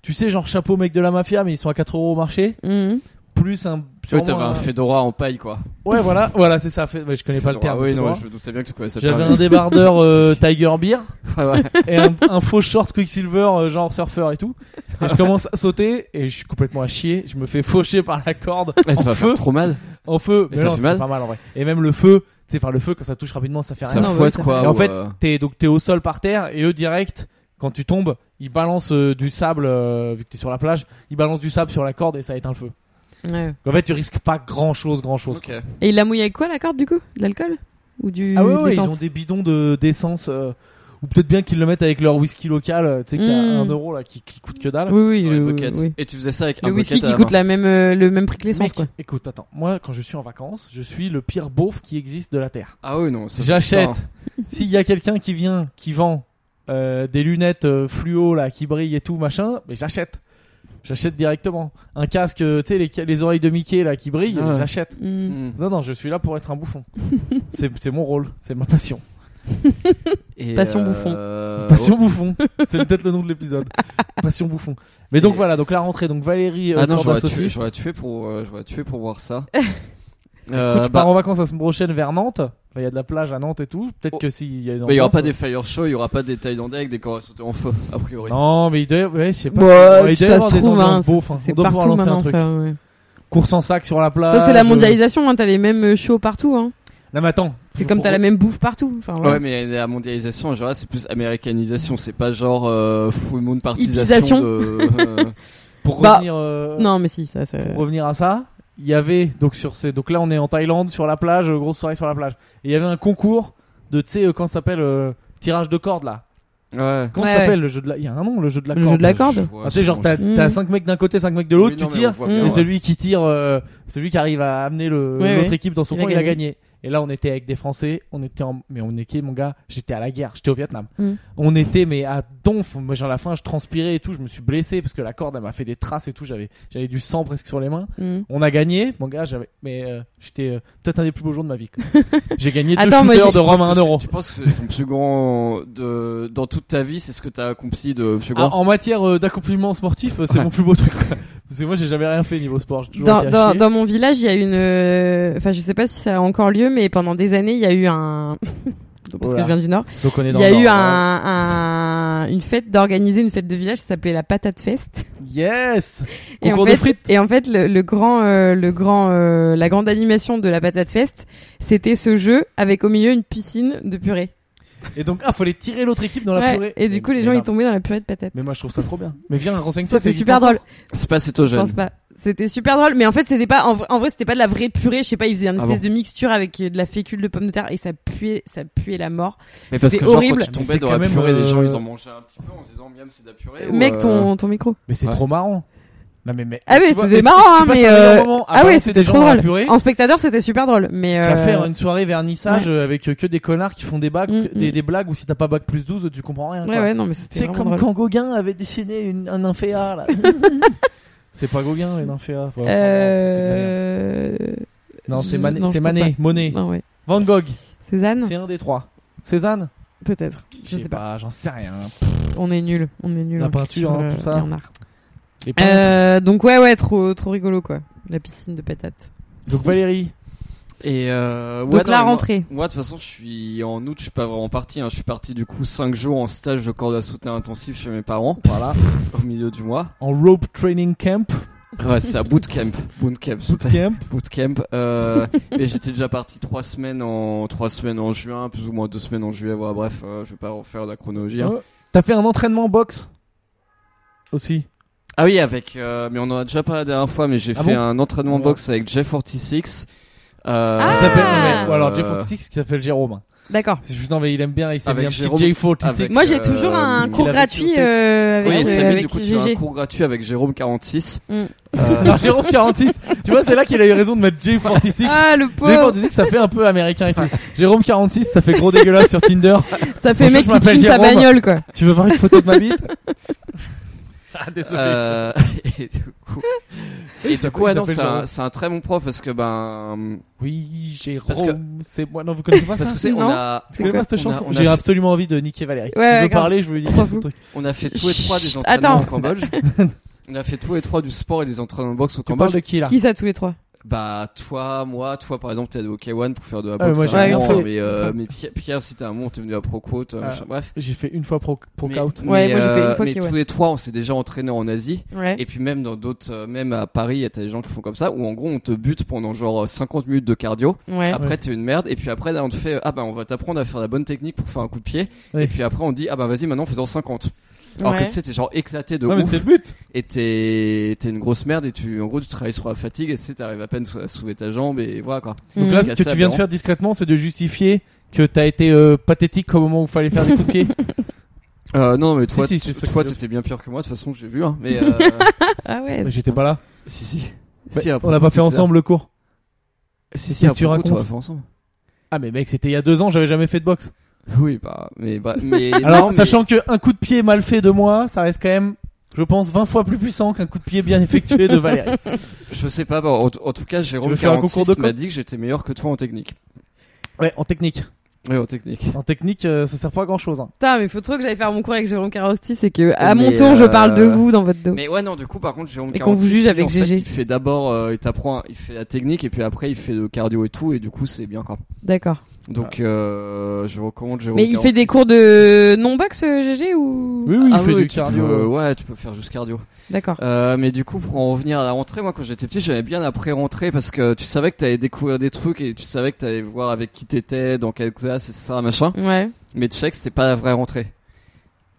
A: tu sais, genre chapeau mec de la mafia, mais ils sont à 4 euros au marché.
C: Mhm.
A: Plus un.
B: Tu vois,
A: sûrement
B: t'avais un fedora en paille, quoi.
A: Ouais, voilà, voilà, c'est ça. fait- ouais, je connais pas le
B: Fedora,
A: terme.
B: Oui,
A: fedora.
B: non, je me doutais bien que tu connaissais
A: J'avais
B: pas.
A: un débardeur euh, Tiger Beer
B: Ouais, ouais.
A: et un, un faux short Quicksilver, euh, genre surfeur et tout. Et je commence à sauter et je suis complètement à chier. Je me fais faucher par la corde.
B: Eh,
A: en
B: Ça va
A: feu.
B: faire trop mal.
A: en feu.
B: Mais ça
A: non,
B: fait mal.
A: pas mal en vrai. Et même le feu, tu sais, enfin le feu quand ça touche rapidement, ça fait rien.
B: Ça
C: non,
B: fouette,
C: ouais,
B: quoi.
A: Et en
B: ou,
A: fait,
B: euh,
A: T'es donc t'es au sol par terre et eux direct quand tu tombes, ils balancent euh, du sable euh, vu que t'es sur la plage, ils balancent du sable sur la corde et ça éteint le feu.
C: Ouais.
A: Donc, en fait, tu risques pas grand chose, grand chose.
B: Ok.
C: Et il l'a mouillé avec quoi la corde du coup De l'alcool Ou du.
A: Ah ouais,
C: de
A: ouais, ils
C: l'essence
A: ont des bidons de d'essence euh, ou peut-être bien qu'ils le mettent avec leur whisky local, euh, tu sais qui a
C: Mm.
A: un euro là qui, qui coûte que dalle.
C: Oui, oui,
B: Dans les
C: le,
B: buckets.
C: oui.
B: Et tu faisais ça avec un
C: Le whisky
B: bucket à
C: qui
B: la
C: coûte
B: main.
C: la même, euh, le même prix que l'essence,
A: Mec,
C: quoi.
A: écoute, attends, moi quand je suis en vacances, je suis le pire beauf qui existe de la terre.
B: Ah oui, non. ça-
A: J'achète.
B: Putain.
A: S'il y a quelqu'un qui vient, qui vend euh, des lunettes euh, fluo là, qui brillent et tout machin, mais j'achète. J'achète directement. Un casque, euh, tu sais, les, ca- les oreilles de Mickey là qui brillent,
B: Ah ouais.
A: j'achète.
C: Mm.
B: Mm.
A: Non, non, je suis là pour être un bouffon. c'est c'est mon rôle, c'est ma passion.
B: Et,
C: Passion
B: euh,
A: Passion bouffon, c'est peut-être le nom de l'épisode. passion bouffon. Mais donc
B: Et-
A: voilà, donc la rentrée, donc Valérie, euh,
B: Ah non,
A: corde à
B: j'aurais tué,
A: saucisse.
B: j'aurais tué pour, euh, j'aurais tué pour voir ça.
A: Écoute,
B: Euh,
A: je pars en vacances la semaine prochaine vers Nantes. Enfin, Il y a de la plage à Nantes et tout. Peut-être
B: Oh.
A: que s'il y a une
B: mais il y aura
A: ambiance, euh,
B: pas des fire show, il y aura pas des Thaïlandais avec des corps à sauter en feu, a priori.
A: Non, mais il doit y ouais, je sais pas.
C: Bah,
A: il doit y
C: ça se
A: avoir des
C: trouve, hein,
A: ambiances beaufs, hein.
C: c'est
A: On doit pouvoir
C: partout
A: lancer un
C: maintenant,
A: truc.
C: ça. ouais.
A: Course en sac sur la plage.
C: Ça, c'est la
A: euh,
C: mondialisation, hein, t'as les mêmes euh, shows partout. Hein.
A: Non, mais attends.
C: C'est comme t'as la même bouffe partout. Enfin, voilà.
B: Ouais, mais la mondialisation, en général, c'est plus américanisation, c'est pas genre euh, full moon partisation
C: Hippisation.
B: de. euh,
A: Pour
C: Bah,
A: revenir, euh,
C: Non, mais si, ça. ça...
A: pour revenir à ça, il y avait donc sur ces donc là on est en Thaïlande sur la plage, euh, grosse soirée sur la plage. Et il y avait un concours de tu sais euh, quand ça s'appelle euh, tirage de corde là.
B: Ouais.
A: Comment
C: Ouais,
A: ça s'appelle le jeu de la Il y a un nom le jeu de la
C: Le
A: corde.
C: jeu de la corde
B: Ouais,
A: Ah, tu sais genre t'as
C: Mm.
A: 5 mecs d'un côté, 5 mecs de l'autre,
B: Oui,
A: tu
B: non, mais on
A: tires
B: voit
C: Mm.
B: bien,
A: et
B: ouais.
A: celui qui tire euh, celui qui arrive à amener le
C: Ouais,
A: l'autre
C: ouais.
A: équipe dans son
C: Il a
A: coin, il a
C: gagné.
A: gagné. Et là on était avec des Français, on était en mais on est qui mon gars J'étais à la guerre, j'étais au Vietnam.
C: Mm.
A: On était mais à donf, moi genre à la fin je transpirais et tout, je me suis blessé parce que la corde elle m'a fait des traces et tout, j'avais j'avais du sang presque sur les mains.
C: Mm.
A: On a gagné, mon gars, j'avais, mais euh, j'étais euh, peut-être un des plus beaux jours de ma vie. quoi. J'ai gagné deux
C: Attends, moi,
A: shooters
C: j'ai-
A: de Rome à
B: Parce que
A: 1
B: c'est-
A: euro.
B: Tu penses que c'est ton plus grand de dans toute ta vie, c'est ce que t'as accompli de plus
A: Ah,
B: grand.
A: en matière euh, d'accomplissement sportif, euh, c'est
B: Ouais.
A: mon plus beau truc. quoi. Parce que moi, j'ai jamais rien fait niveau sport. J'ai toujours
C: Dans,
A: été à
C: dans,
A: chier.
C: dans mon village, il y a une. euh, Enfin, je sais pas si ça a encore lieu, mais pendant des années, il y a eu un. Parce que
A: Voilà.
C: je viens du Nord.
A: Donc on est
C: Il
A: dans
C: y a
A: le
C: eu
A: Nord,
C: un, un- une fête d'organiser une fête de village qui s'appelait la Patate Fest.
A: voilà. Yes.
C: Et en
A: Concours de
C: fait,
A: frites.
C: et en fait, le, le grand, euh, le grand, euh, la grande animation de la Patate Fest, c'était ce jeu avec au milieu une piscine de purée.
A: Et donc, ah, fallait tirer l'autre équipe dans la
C: Ouais.
A: purée.
C: Et du
A: Mais-
C: coup, les
A: mais
C: gens
A: non.
C: ils tombaient dans la purée de patate.
A: Mais moi, je trouve ça trop bien. Mais viens, renseigne-toi.
C: C'était
A: ça
C: super
A: existe
C: drôle.
B: C'est pas
C: Je pense
B: cétogène.
C: pas. C'était super drôle, mais en fait, c'était pas en vrai, en vrai, c'était pas de la vraie purée. Je sais pas, ils faisaient une
B: Ah
C: espèce
B: bon
C: de mixture avec euh, de la fécule de pommes de terre et ça puait, ça puait la mort.
B: Mais parce
C: C'était
B: que genre,
C: horrible.
B: quand tu
A: Mais c'est
B: tombais dans
A: quand
B: la
A: même,
B: purée, les gens
A: euh,
B: ils en mangeaient un petit peu en se disant, miam, c'est de la purée. ou,
C: Mec,
B: euh,
C: ton ton micro.
A: encore. Mais c'est
B: Ouais.
A: trop marrant. Non, mais, mais,
C: Ah oui,
A: tu vois,
C: c'était
A: est-ce que
C: marrant,
A: tu
C: hein,
A: passes
C: mais,
A: un meilleur
C: euh,
A: moment à
C: ah ouais,
A: balancer
C: c'était
A: des gens
C: trop
A: dans la
C: drôle.
A: purée
C: En spectateur, c'était super drôle, mais.
A: qu'à
C: euh,
A: faire une soirée vernissage euh, avec euh, que des connards qui font des bacs,
C: Mm,
A: des,
C: mm.
A: des blagues où si t'as pas bac plus 12, tu comprends rien.
C: Ouais,
A: quoi.
C: ouais, non, mais c'était
A: C'est
C: vraiment
A: comme
C: drôle.
A: quand Gauguin avait dessiné une- un nymphéa, là. c'est pas Gauguin, mais nymphéa. Enfin, c'est- c'est de la merde.
C: Euh...
A: Non, c'est
C: je-
A: Manet,
C: non,
A: c'est
C: je pense
A: Manet, Monet,
C: Non, ouais.
A: Van Gogh,
C: Cézanne
A: c'est un des trois. Cézanne
C: Peut-être. Je sais pas.
A: J'en sais rien.
C: On est nul. On est nul.
A: La
C: en
A: peinture,
C: culture,
A: hein,
C: euh,
A: tout ça.
C: et en art.
A: Et plein d'autres.
C: Euh, donc ouais, ouais, trop, trop rigolo quoi. La piscine de patates.
A: Donc Valérie,
B: Et euh, ouais,
C: Donc
B: non,
C: la
B: mais moi-
C: rentrée.
B: Moi, de toute façon, je suis en août, je suis pas vraiment parti. hein. Je suis parti du coup 5 jours en stage de corde à sauter intensif chez mes parents,
A: voilà,
B: au milieu du mois.
A: en rope training camp,
B: Ouais, c'est à bootcamp, bootcamp, super.
A: camp.
B: bootcamp. Euh, et j'étais déjà parti trois semaines en trois semaines en juin, plus ou moins deux semaines en juillet. Voilà, bref, euh, je vais pas refaire la chronologie. hein.
A: Oh. T'as fait un entraînement boxe aussi.
B: Ah oui, avec. euh, mais on en a déjà parlé la dernière fois, mais j'ai
A: Ah
B: fait
A: bon
B: un entraînement
A: Ouais.
B: boxe avec Jeff 46. Euh,
C: Ah
A: Il s'appelle
C: Ah.
A: ouais, ou alors Jeff
B: euh,
A: 46 qui s'appelle Jérôme.
C: D'accord.
A: C'est juste non mais il aime bien, il s'appelle
B: Avec
A: bien petit
B: Jérôme, avec-
A: J46.
C: Moi j'ai
B: euh,
C: toujours un
B: Miss
C: cours
A: Kilavec,
C: gratuit
A: peut-être.
C: euh, avec,
B: Oui,
C: euh,
B: Samy,
C: avec
B: du coup, tu as un
C: GG.
B: cours gratuit avec Jérôme 46.
C: Mm.
B: Euh,
A: Alors Jérôme 46, tu vois c'est là qu'il a eu raison de mettre J46.
C: Ah le
A: Jérôme
C: pauvre.
A: 46 ça fait un peu américain et tout. Jérôme 46 ça fait gros dégueulasse sur Tinder.
C: Ça fait
A: Bonjour,
C: mec
A: je
C: qui
A: m'appelle
C: tune sa
A: Jérôme.
C: bagnole quoi.
A: Tu veux voir une photo de ma bite Ah désolé.
B: Euh, et du coup, et
A: Il
B: du
A: s'appelle-
B: coup, ouais,
A: il
B: non,
A: s'appelle
B: c'est un,
A: Jérôme.
B: c'est un très bon prof parce que ben,
A: Oui,
B: Parce que-
A: Jérôme, c'est moi. Non, vous connaissez pas
B: parce
A: ça
B: que c'est, on
C: Ah, Non.
B: a,
A: Vous connaissez pas cette
B: on a-
A: chanson
B: on a
A: J'ai
B: fait-
A: absolument envie de niquer Valérie.
C: Ouais,
A: si tu veux
C: grave.
A: parler, je veux lui
C: On
A: dire
C: s'en
A: ce
C: fout.
A: truc.
B: on a fait tous et trois des
C: Chut,
B: entraînements
C: attends.
B: au Cambodge. on a fait tous et trois du sport et des entraînements de boxe au
A: Tu parles
B: Cambodge.
A: de qui là
C: Qui ça tous les trois
B: Bah, toi, moi, toi, par exemple, t'es allé au K1 pour faire de la
A: Ah, mais
B: boxe.
A: moi,
B: à
A: j'ai
B: un
C: rien
B: moment,
A: fait.
B: mais, euh, mais Pierre, Pierre, si t'es un mot, t'es venu à Proco, toi,
A: Ah.
B: machin, bref.
A: J'ai fait une fois pro, pro
B: Mais-
A: out.
B: mais,
C: Ouais, moi, j'ai fait une
B: euh,
C: fois
B: mais
C: K1.
B: tous les trois, on s'est déjà entraîné en Asie.
C: Ouais.
B: Et puis même dans d'autres, euh, même à Paris, y a t'as des gens qui font comme ça, où en gros on te bute pendant genre euh, 50 minutes de cardio.
C: Ouais.
B: Après,
A: Ouais.
B: t'es une merde. Et puis après, là, on te fait, euh, ah bah, on va t'apprendre à faire la bonne technique pour faire un coup de pied.
A: Ouais.
B: Et puis après, on dit, ah bah, vas-y, maintenant, faisons 50. Alors que
C: Ouais.
B: tu sais, t'es genre éclaté de
A: Non, mais
B: ouf. Mm.
A: c'est le but.
B: Et t'es, t'es une grosse merde. Et tu, en gros, tu travailles sur la fatigue. Et tu sais, t'arrives à peine à soulever ta jambe. Et voilà, quoi.
A: Donc
C: Mm.
A: là,
B: C'est
A: ce que tu
B: assez
A: viens de
B: aberrant.
A: faire discrètement, c'est de justifier que t'as été euh, pathétique au moment où il fallait faire des coups de pied.
B: Euh, non, mais
A: Si,
B: toi,
A: si,
B: tu-
A: c'est ça que
B: toi,
A: je veux
B: t'étais bien pire que moi. De toute façon, j'ai vu, hein. Mais, euh,
C: Ah ouais.
A: Mais J'étais pas là.
B: si, si.
A: Ouais,
B: Si,
A: on
B: à
A: n'a pas
B: propos,
A: fait
B: t'étais
A: ensemble le cours.
B: là. Si, si,
A: Qu'est-ce
B: à
A: que tu
B: propos, toi,
A: racontes
B: on a fait ensemble.
A: Ah mais mec, c'était il y a deux ans, j'avais jamais fait de boxe.
B: Oui, bah, mais, bah, mais,
A: Alors
B: non, mais-
A: sachant que un coup de pied mal fait de moi, ça reste quand même, je pense, 20 fois plus puissant qu'un coup de pied bien effectué de Valérie.
B: je sais pas. bah, en, en tout cas,
A: Tu
B: Jérôme
A: veux faire un
B: 46
A: concours de
B: m'a
A: quoi
B: dit que j'étais meilleur que toi en technique.
A: ouais, en technique.
B: Oui, en technique.
A: En technique, euh, ça sert pas à grand chose.
C: Putain, mais faut trop que j'aille faire mon cours avec Jérôme Carotti, c'est que à
B: Mais,
C: mon tour, je
B: euh,
C: parle de vous dans votre dos.
B: Mais ouais, non, du coup, par contre, Jérôme
C: Et qu'on
B: 46,
C: vous juge
B: lui,
C: avec
B: en fait,
C: GG.
B: il fait d'abord, euh, il t'apprend, il fait la technique et puis après, il fait le cardio et tout, et du coup, c'est bien quoi.
C: D'accord.
B: Donc,
A: Ah.
B: euh, je recommande Jérôme
C: Mais il
B: 46.
C: fait des cours de non-box euh, GG ou
A: Oui, oui,
B: Ah
A: il fait
B: oui,
A: du
B: tu
A: cardio.
B: peux- ouais, tu peux faire juste cardio.
C: D'accord.
B: Euh, mais du coup, pour en revenir à la rentrée, moi, quand j'étais petit, j'avais bien la pré-rentrée parce que tu savais que t'allais découvrir des trucs et tu savais que t'allais voir avec qui t'étais, dans quelle classe, et ça, machin.
C: Ouais.
B: Mais tu sais que c'était pas la vraie rentrée.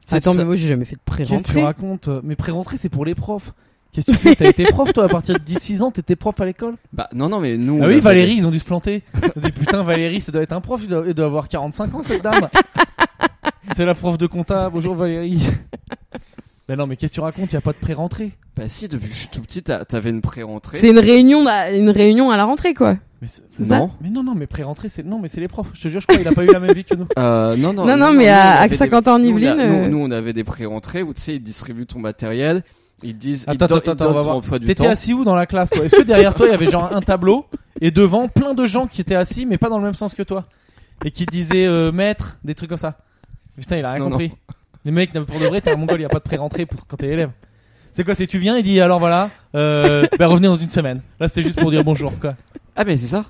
B: C'est
C: Attends,
B: tout
C: mais
B: ça-
C: moi j'ai jamais fait de
A: Qu'est-ce que tu
C: pré-rentrée.
A: racontes euh, Mais pré-rentrée, c'est pour les profs. Qu'est-ce que tu fais T'as été prof, toi, à partir de 10-6 ans, t'étais prof à l'école
B: Bah, non, non, mais nous.
A: Ah
B: on a
A: oui,
B: fait-
A: Valérie, ils ont dû se planter. On dit, putain, Valérie, ça doit être un prof, il doit, il doit avoir 45 ans, cette dame. C'est la prof de compta, bonjour Valérie. Mais non, mais qu'est-ce que tu racontes Il a pas de pré-rentrée.
B: Bah, si, depuis que je suis tout petit, t'as- t'avais une pré-rentrée.
C: C'est une réunion, à- une réunion à la rentrée quoi.
A: Mais, c'est-
C: C'est ça
B: Non.
A: mais non, non, mais pré-rentrée, c'est non, mais c'est les profs. Je te jure, je crois qu'il a pas eu la même vie que nous.
B: Euh, non, non,
C: Non, non, mais
B: nous,
C: à-
B: on
C: à
B: avait des-
C: 50 ans en
B: nous, on a-
C: Yvelines,
B: Nous,
C: euh,
B: nous, on avait des pré-rentrées où tu sais, ils distribuent ton matériel, ils disent,
A: Attends,
B: ils, don-
A: attends,
B: ils
A: attends, on
B: donnent
A: va
B: ton
A: voir.
B: emploi du
A: T'étais
B: temps.
A: assis où dans la classe toi Est-ce que derrière toi il y avait genre un tableau et devant plein de gens qui étaient assis mais pas dans le même sens que toi et qui disaient euh, maître des trucs comme ça Putain, il a rien
B: Non,
A: compris. Les mecs, non, pour de vrai, t'es un mongol, il y a pas de pré-rentrée pour quand t'es élève. C'est quoi C'est tu viens, il dit alors voilà, euh, ben revenez dans une semaine. Là, c'était juste pour dire bonjour quoi.
B: Ah, mais c'est ça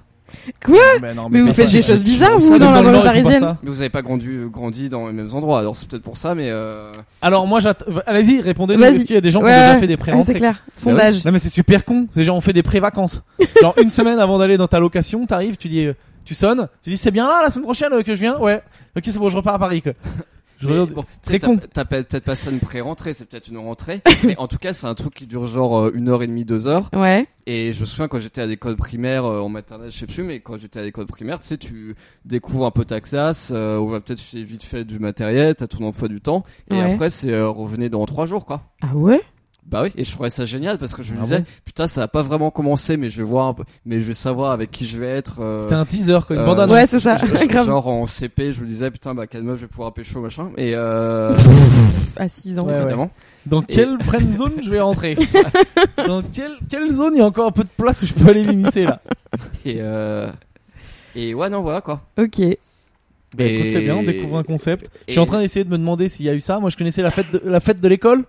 A: Mais non,
C: Mais vous
B: mais
C: faites
B: ça,
C: des
B: je-
C: choses
B: je
C: bizarres
B: trouve
C: vous
B: ça
C: dans la
A: le
C: banlieue
A: Nord, ils font pas
C: parisienne. Ah,
A: ça.
B: Mais vous avez pas grandi, euh, grandi dans les mêmes endroits, alors c'est peut-être pour ça, mais euh...
A: Alors moi, j'att- euh, allez-y, répondez-nous.
C: Vas-y.
A: Est-ce qu'il y a des gens qui
C: Ouais,
A: ont déjà
C: ouais.
A: fait des
C: Ah, c'est
A: pré-rentrées
C: clair. Sondage.
A: Non mais c'est super con, c'est genre on fait des pré-vacances. Genre une semaine avant d'aller dans ta location, t'arrives, tu dis, euh, tu sonnes, tu dis c'est bien là la semaine prochaine euh, que je viens, ouais. Ok c'est bon, je repars à Paris quoi. Je
B: mais
A: regarde-
B: bon,
A: c'est très
B: t'as-
A: con.
B: T'as pe- peut-être pas ça une pré-rentrée, c'est peut-être une rentrée. mais en tout cas, c'est un truc qui dure genre euh, une heure et demie, deux heures.
C: Ouais.
B: Et je me souviens quand j'étais à l'école primaire, euh, en maternelle, je sais plus, mais quand j'étais à l'école primaire, tu sais, tu découvres un peu ta classe, euh, on va peut-être faire vite fait du matériel, t'as ton emploi du temps. Et
C: Ouais.
B: après, c'est euh, revenez dans trois jours, quoi.
C: Ah ouais.
B: Bah oui, et je trouvais ça génial parce que je me
A: Ah
B: disais,
A: bon
B: putain, ça a pas vraiment commencé, mais je vais voir un peu, mais je vais savoir avec qui je vais être. euh,
A: C'était un teaser, quoi, une
B: euh,
A: bande annonce.
C: ouais, c'est ça.
B: je- je-
C: Grave.
B: genre en CP, je me disais, putain, bah, quelle meuf je vais pouvoir pécho, machin. Et euh,
C: À 6 ans.
A: Ouais, ouais.
B: évidemment.
A: Dans
B: Et-
A: quelle friend zone je vais rentrer Dans quelle, quelle zone il y a encore un peu de place où je peux aller m'immiscer là
B: Et, euh, et ouais, non, voilà quoi.
C: Ok.
A: Bah
B: Et-
A: écoute, c'est bien, on découvre un concept. Je
B: Et-
A: suis en train d'essayer de me demander s'il y a eu ça. Moi, je connaissais la fête de, la fête de l'école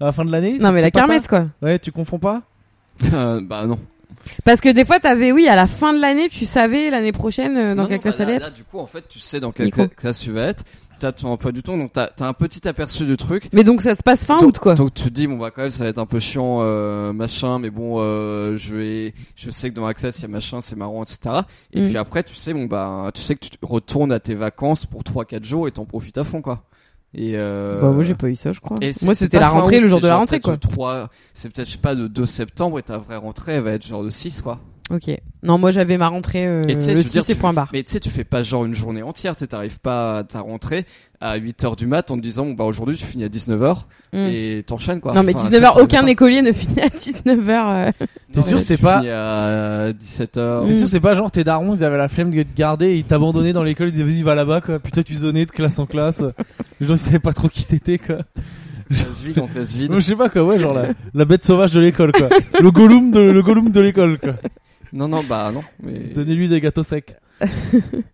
A: à la fin de l'année.
C: Non, mais la
A: C'était pas ça
C: kermesse, quoi.
A: Ouais, tu confonds pas
B: Euh, bah non.
C: Parce que des fois, t'avais, oui, à la fin de l'année, tu savais l'année prochaine euh, dans
B: Non,
C: quelle
B: non,
C: classe
B: bah,
C: t'allais
B: là,
C: être.
B: là, du coup, en fait, tu sais dans quelle
C: Micro.
B: cla- classe tu vas être. T'as ton emploi du temps, donc t'as t'as un petit aperçu du truc.
C: Mais donc, ça se passe fin
B: donc,
C: août, quoi.
B: donc tu te dis bon bah quand même ça va être un peu chiant euh, machin mais bon euh, je vais je sais que dans Access il y a machin c'est marrant etc et
C: Mm.
B: puis après tu sais bon bah tu sais que tu te retournes à tes vacances pour 3-4 jours et t'en profites à fond quoi et euh,
C: Bah, moi, j'ai pas eu ça, je crois.
B: et c'est-
C: Moi,
B: c'est
C: c'était
B: pas
C: la
B: fin
C: rentrée,
B: août,
C: le jour
B: c'est
C: de la
B: genre
C: rentrée,
B: peut-être
C: quoi.
B: le 3 c'est peut-être je sais pas de 2 septembre et ta vraie rentrée elle va être genre de 6 quoi
C: Ok. Non, moi, j'avais ma rentrée euh,
B: Et tu sais,
C: le
B: je veux
C: 6
B: dire,
C: et
B: tu-
C: point barre.
B: mais tu sais tu fais pas genre une journée entière tu sais t'arrives pas à ta rentrée à 8h du mat en te disant bon bah aujourd'hui tu finis à 19h
C: Mm.
B: et t'enchaînes quoi
C: Non, mais
B: Enfin,
C: 19h,
B: ça, ça
C: aucun
B: va pas.
C: écolier ne finit à euh, 19h.
A: T'es
B: Non,
A: sûr que
B: mais
A: c'est
B: tu
A: pas-
B: finis à 17h.
A: T'es
C: Mm.
A: sûr, c'est pas genre tes darons, ils avaient la flemme de te garder, ils t'abandonnaient dans l'école, ils disaient vas-y, va là-bas, quoi. Putain, tu zonais de classe en classe. Les gens, ils savaient pas trop qui t'étais, quoi.
B: Classe vide en classe vide.
A: Non, je sais pas, quoi, ouais, genre la, la bête sauvage de l'école, quoi. Le gollum de, le gollum de l'école, quoi.
B: Non, non, bah non. Mais...
A: Donnez-lui des gâteaux secs.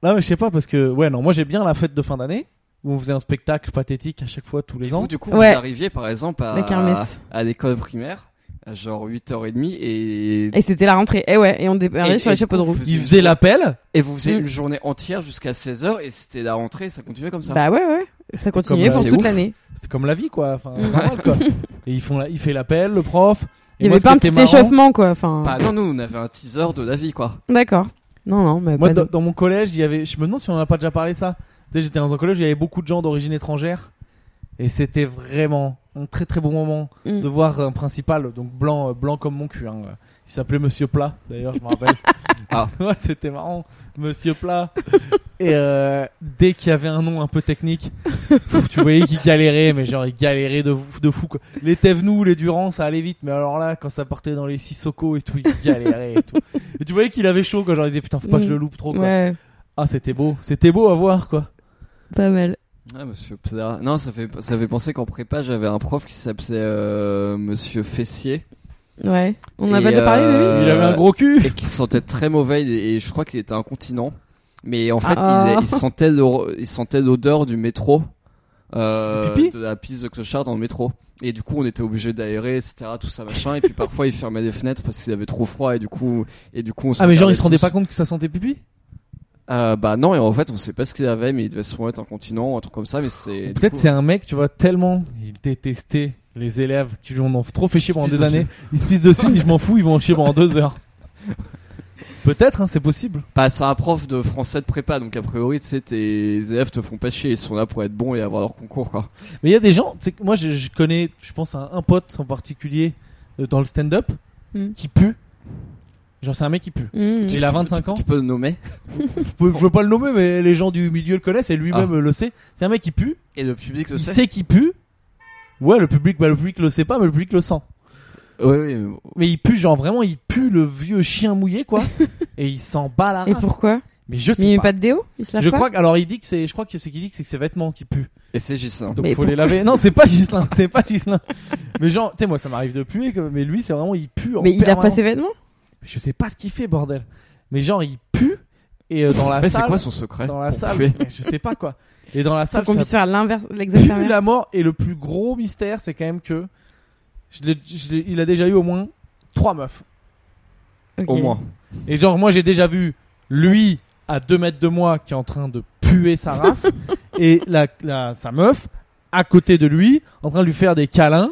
A: Là, mais je sais pas, parce que, ouais, non, moi j'ai bien la fête de fin d'année, où on faisait un spectacle pathétique à chaque fois, tous les
B: Vous,
A: ans.
B: du coup,
C: Ouais.
B: vous arriviez par exemple
C: La
B: à,
C: kermesse.
B: à l'école primaire, à genre 8h30 et.
C: Et c'était la rentrée. Eh ouais, et on débarrait
B: et-
C: sur les
B: et du
C: chapeaux de
B: coup,
C: roue.
B: vous
A: Ils
B: une
A: faisaient
B: journée-
A: l'appel,
B: Et vous faisiez
C: Mm.
B: une journée entière jusqu'à 16h et c'était la rentrée et ça continuait comme ça.
C: Bah ouais, ouais. Ça continuait
A: comme,
C: pendant
B: euh,
C: toute
B: c'est
C: l'année.
A: c'était comme la vie, quoi. Enfin, normal, quoi. Et ils font la, il fait l'appel, le prof.
C: Il
A: Et
C: y
A: moi,
C: avait
A: ce
C: pas
A: qui
C: un
A: était
C: petit
A: marrant-
C: échauffement, quoi. Enfin,
B: Bah non, nous on avait un teaser de la vie quoi.
C: d'accord. Non, non, mais
A: Moi,
C: pas
A: dans,
C: de-
A: dans mon collège, il y avait. Je me demande si on en a pas déjà parlé ça. Tu sais, J'étais dans un collège, il y avait beaucoup de gens d'origine étrangère, et c'était vraiment un très très bon moment
C: Mm.
A: de voir un principal, donc blanc, euh, blanc comme mon cul. hein. Il s'appelait Monsieur Plat, d'ailleurs, je me rappelle.
B: Ah.
A: ouais, c'était marrant, Monsieur Plat. et euh, dès qu'il y avait un nom un peu technique, pff, tu voyais qu'il galérait, mais genre il galérait de, fou- de fou. Quoi. Les Thévenoux, les Durand, ça allait vite, mais alors là, quand ça partait dans les Sissoko et tout, il galérait et tout. Et tu voyais qu'il avait chaud quand genre il disait putain, faut pas que je le loupe trop. Quoi.
C: Ouais,
A: Ah, c'était beau, c'était beau à voir quoi.
C: pas mal.
B: Ah, monsieur Pla. Non, ça fait, ça fait penser qu'en prépa j'avais un prof qui s'appelait euh, monsieur Fessier.
C: Ouais. On en a
B: Et,
C: pas déjà parlé de
B: euh,
C: lui
A: Il avait un gros cul.
B: et qui se sentait très mauvais et, et je crois qu'il était incontinent. Mais en fait,
C: Ah.
B: il, il sentait l'or- il sentait l'odeur du métro, euh,
A: Du pipi
B: de la piste de clochard dans le métro. Et du coup, on était obligé d'aérer, etc., tout ça machin. Et puis parfois, il fermait les fenêtres parce qu'il avait trop froid et du coup, et du coup, on
A: Ah, mais genre il se rendait
B: regardait
A: pas compte que ça sentait pipi
B: tous. Euh, bah non, et en fait, on sait pas ce qu'il avait, mais il devait se mettre incontinent, un truc comme ça. Mais c'est
A: Ou
B: du
A: Peut-être
B: coup-
A: c'est un mec, tu vois, tellement il détestait les élèves qui lui en ont trop fait chier
B: se
A: pendant
B: pisse
A: des années. Ils se pissent dessus, ils disent, je m'en fous, ils vont en chier pendant deux heures. Peut-être, hein, c'est possible.
B: Bah, c'est un prof de français de prépa, donc a priori, tu sais, tes élèves te font pas chier, ils sont là pour être bons et avoir leur concours, quoi.
A: Mais il y a des gens, tu sais que moi je, je connais, je pense à un pote en particulier euh, dans le stand-up
C: Mm.
A: qui pue. Genre c'est un mec qui pue.
C: Mmh.
A: Il a 25
B: Tu-
A: ans.
B: Tu peux le nommer
A: Je, peux, je veux pas le nommer, mais les gens du milieu le connaissent et lui-même euh, le sait. C'est un mec qui pue.
B: et le public le
A: il
B: sait.
A: sait qu'il pue. Ouais, le public, bah, le public le sait pas, mais le public le sent.
B: Oui, oui. mais-
A: Mais il pue, genre vraiment, il pue le vieux chien mouillé, quoi. et il s'en bat la
C: Et
A: race.
C: pourquoi
A: Mais Ah, je
C: Il
A: sais
C: met
A: pas.
C: pas de déo Il se lave
A: Je
C: pas
A: crois que, alors il dit que c'est, je crois que c'est qu'il dit que c'est que ses vêtements qui puent.
B: Et c'est hein. Gislain.
A: Donc
C: Mais
A: faut les laver. Non, c'est pas Gislin, c'est pas Gislin. mais genre, tu sais, moi ça m'arrive de puer, comme- mais lui c'est vraiment, il pue en
C: Mais il lave pas
A: permanence.
C: ses vêtements
A: Je sais pas ce qu'il fait, bordel. Mais genre, il pue, et euh, dans la
B: Mais c'est
A: salle.
B: quoi son secret
A: dans la
B: pour
A: salle,
B: puer
A: mais je sais pas quoi. Et dans la salle,
C: Pour qu'on
A: ça
C: puisse faire l'inverse,
A: pue
C: l'exact inverse.
A: la mort. Et le plus gros mystère, c'est quand même que je l'ai- je l'ai- il a déjà eu au moins trois meufs.
C: Ok.
B: Au moins.
A: Et genre, moi j'ai déjà vu lui à 2 mètres de moi qui est en train de puer sa race et la, la- sa meuf à côté de lui en train de lui faire des câlins.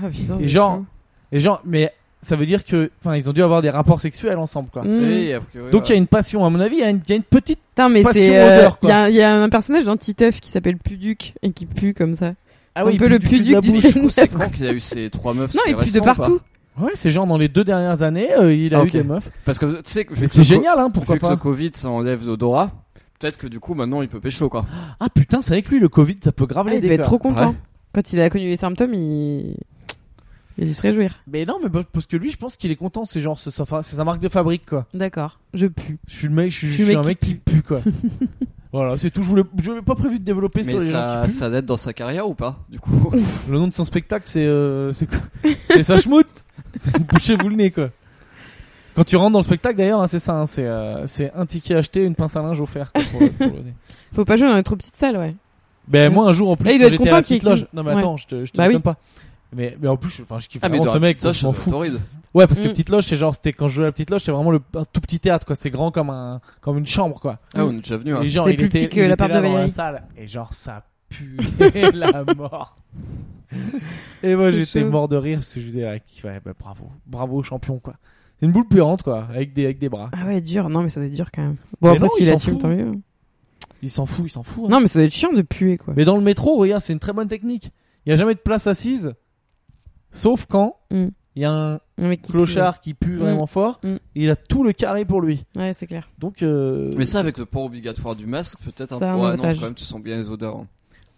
C: Ah, putain,
A: Et
C: c'est
A: genre-
C: chaud.
A: Et genre, mais ça veut dire que, enfin, ils ont dû avoir des rapports sexuels ensemble quoi.
C: Mmh.
B: Oui, a priori,
A: Hmm. Donc il y a
B: ouais.
A: une passion, à mon avis, il y a une, il y a une petite.
C: Putain, mais
A: passion
C: c'est.
A: odeur,
C: Il
A: quoi.
C: y, a- y a un personnage dans Titeuf qui s'appelle Puduc et qui pue comme ça.
A: Ah
C: un
A: il
C: peu
A: pue
C: le
A: cul de
C: pudique
A: la
C: du
A: bouche.
C: style.
B: Ou c'est quand qu'il a eu ces trois meufs
C: Non,
B: c'est
C: il pue de
B: récent ou pas
C: partout.
A: Ouais, c'est genre dans les deux dernières années, euh, il a
B: Ah,
A: eu
B: ok.
A: des meufs.
B: Parce que tu sais que vu
A: Mais
B: que
A: c'est
B: le
A: génial, hein,
B: co-
A: pourquoi
B: vu que le
A: pas.
B: Covid ça enlève l'odorat, peut-être que du coup maintenant il peut pécho quoi.
A: Ah putain, c'est avec lui le Covid, ça peut grave
C: Ah, il
A: l'aider.
C: devait être
A: quoi.
C: trop content.
B: Ouais.
C: Quand il a connu les symptômes, il. Il a dû se réjouir.
A: Mais non, mais parce que lui, je pense qu'il est content. C'est genre, c'est sa, fa- c'est sa marque de fabrique, quoi.
E: D'accord, je pue.
A: Je suis le mec, je suis,
E: Je suis
A: je suis
E: le
A: un
E: mec
A: mec qui pue, quoi. voilà, c'est tout. Je voulais, je n'avais pas prévu de développer
B: Mais
A: sur les gens
B: ça,
A: qui puent.
B: ça date dans sa carrière ou pas Du coup,
A: Le nom de son spectacle, c'est euh, c'est quoi C'est sa schmoute. C'est bouchez-vous le nez, quoi. Quand tu rentres dans le spectacle, d'ailleurs, hein, c'est ça. hein, c'est euh, c'est un ticket acheté, une pince à linge offerte. quoi, pour- pour le nez.
C: Faut pas jouer dans les trop petites salles, ouais.
A: Ben moi un jour en plus
C: Là, Eh, il
A: quand
C: doit être
A: j'étais à la
C: content qu'il
A: petite loge.
C: écrit.
A: Non mais attends, je te, je te
C: Bah
A: dis
C: oui.
A: même pas. Mais, mais en plus, je- enfin, je kiffe
B: ah mais
A: vraiment
B: dans
A: ce
B: la
A: mec,
B: petite
A: donc
B: loge,
A: je m'en fous.
B: t'autorises.
A: Ouais, parce que
C: Mm.
A: petite loge, c'est genre, c'était quand je jouais à la petite loge, c'était vraiment le, un tout petit théâtre, quoi. C'est grand comme un, comme une chambre, quoi.
B: Ah, on est déjà venu. Hein.
A: Et genre,
C: C'est
A: il
C: plus
A: était,
C: petit que
A: il était
C: l'appart
A: là
C: de
A: dans la
C: Valérie.
A: salle. Et genre, ça pue la mort. Et moi,
C: C'est
A: j'étais
C: chaud.
A: mort de rire parce que je disais, ouais, qui- ouais, bah, bravo, bravo champion, quoi. C'est une boule puante, quoi, avec des, avec des bras.
C: Ah ouais, dur. Non, mais ça doit être dur quand même.
A: Mais
C: Bon, après,
A: non, il
C: s'il
A: s'en
C: assume,
A: fout.
C: tant mieux.
A: Il s'en fout, il s'en fout. hein.
C: Non, mais ça doit être chiant de puer, quoi.
A: Mais dans le métro, regarde, c'est une très bonne technique. Il n'y a jamais de place assise, sauf quand
C: Mm.
A: il y a un
C: Un mec qui pue,
A: clochard qui pue vraiment fort.
C: Mm.
A: Il a tout le carré pour lui.
C: ouais. Ouais, c'est clair.
A: Donc, euh...
B: Mais ça, avec le port obligatoire du masque, peut-être un peu.
C: Ça a un
B: Ouais, non,
C: avantage.
B: quand même, tu sens bien les odeurs. hein.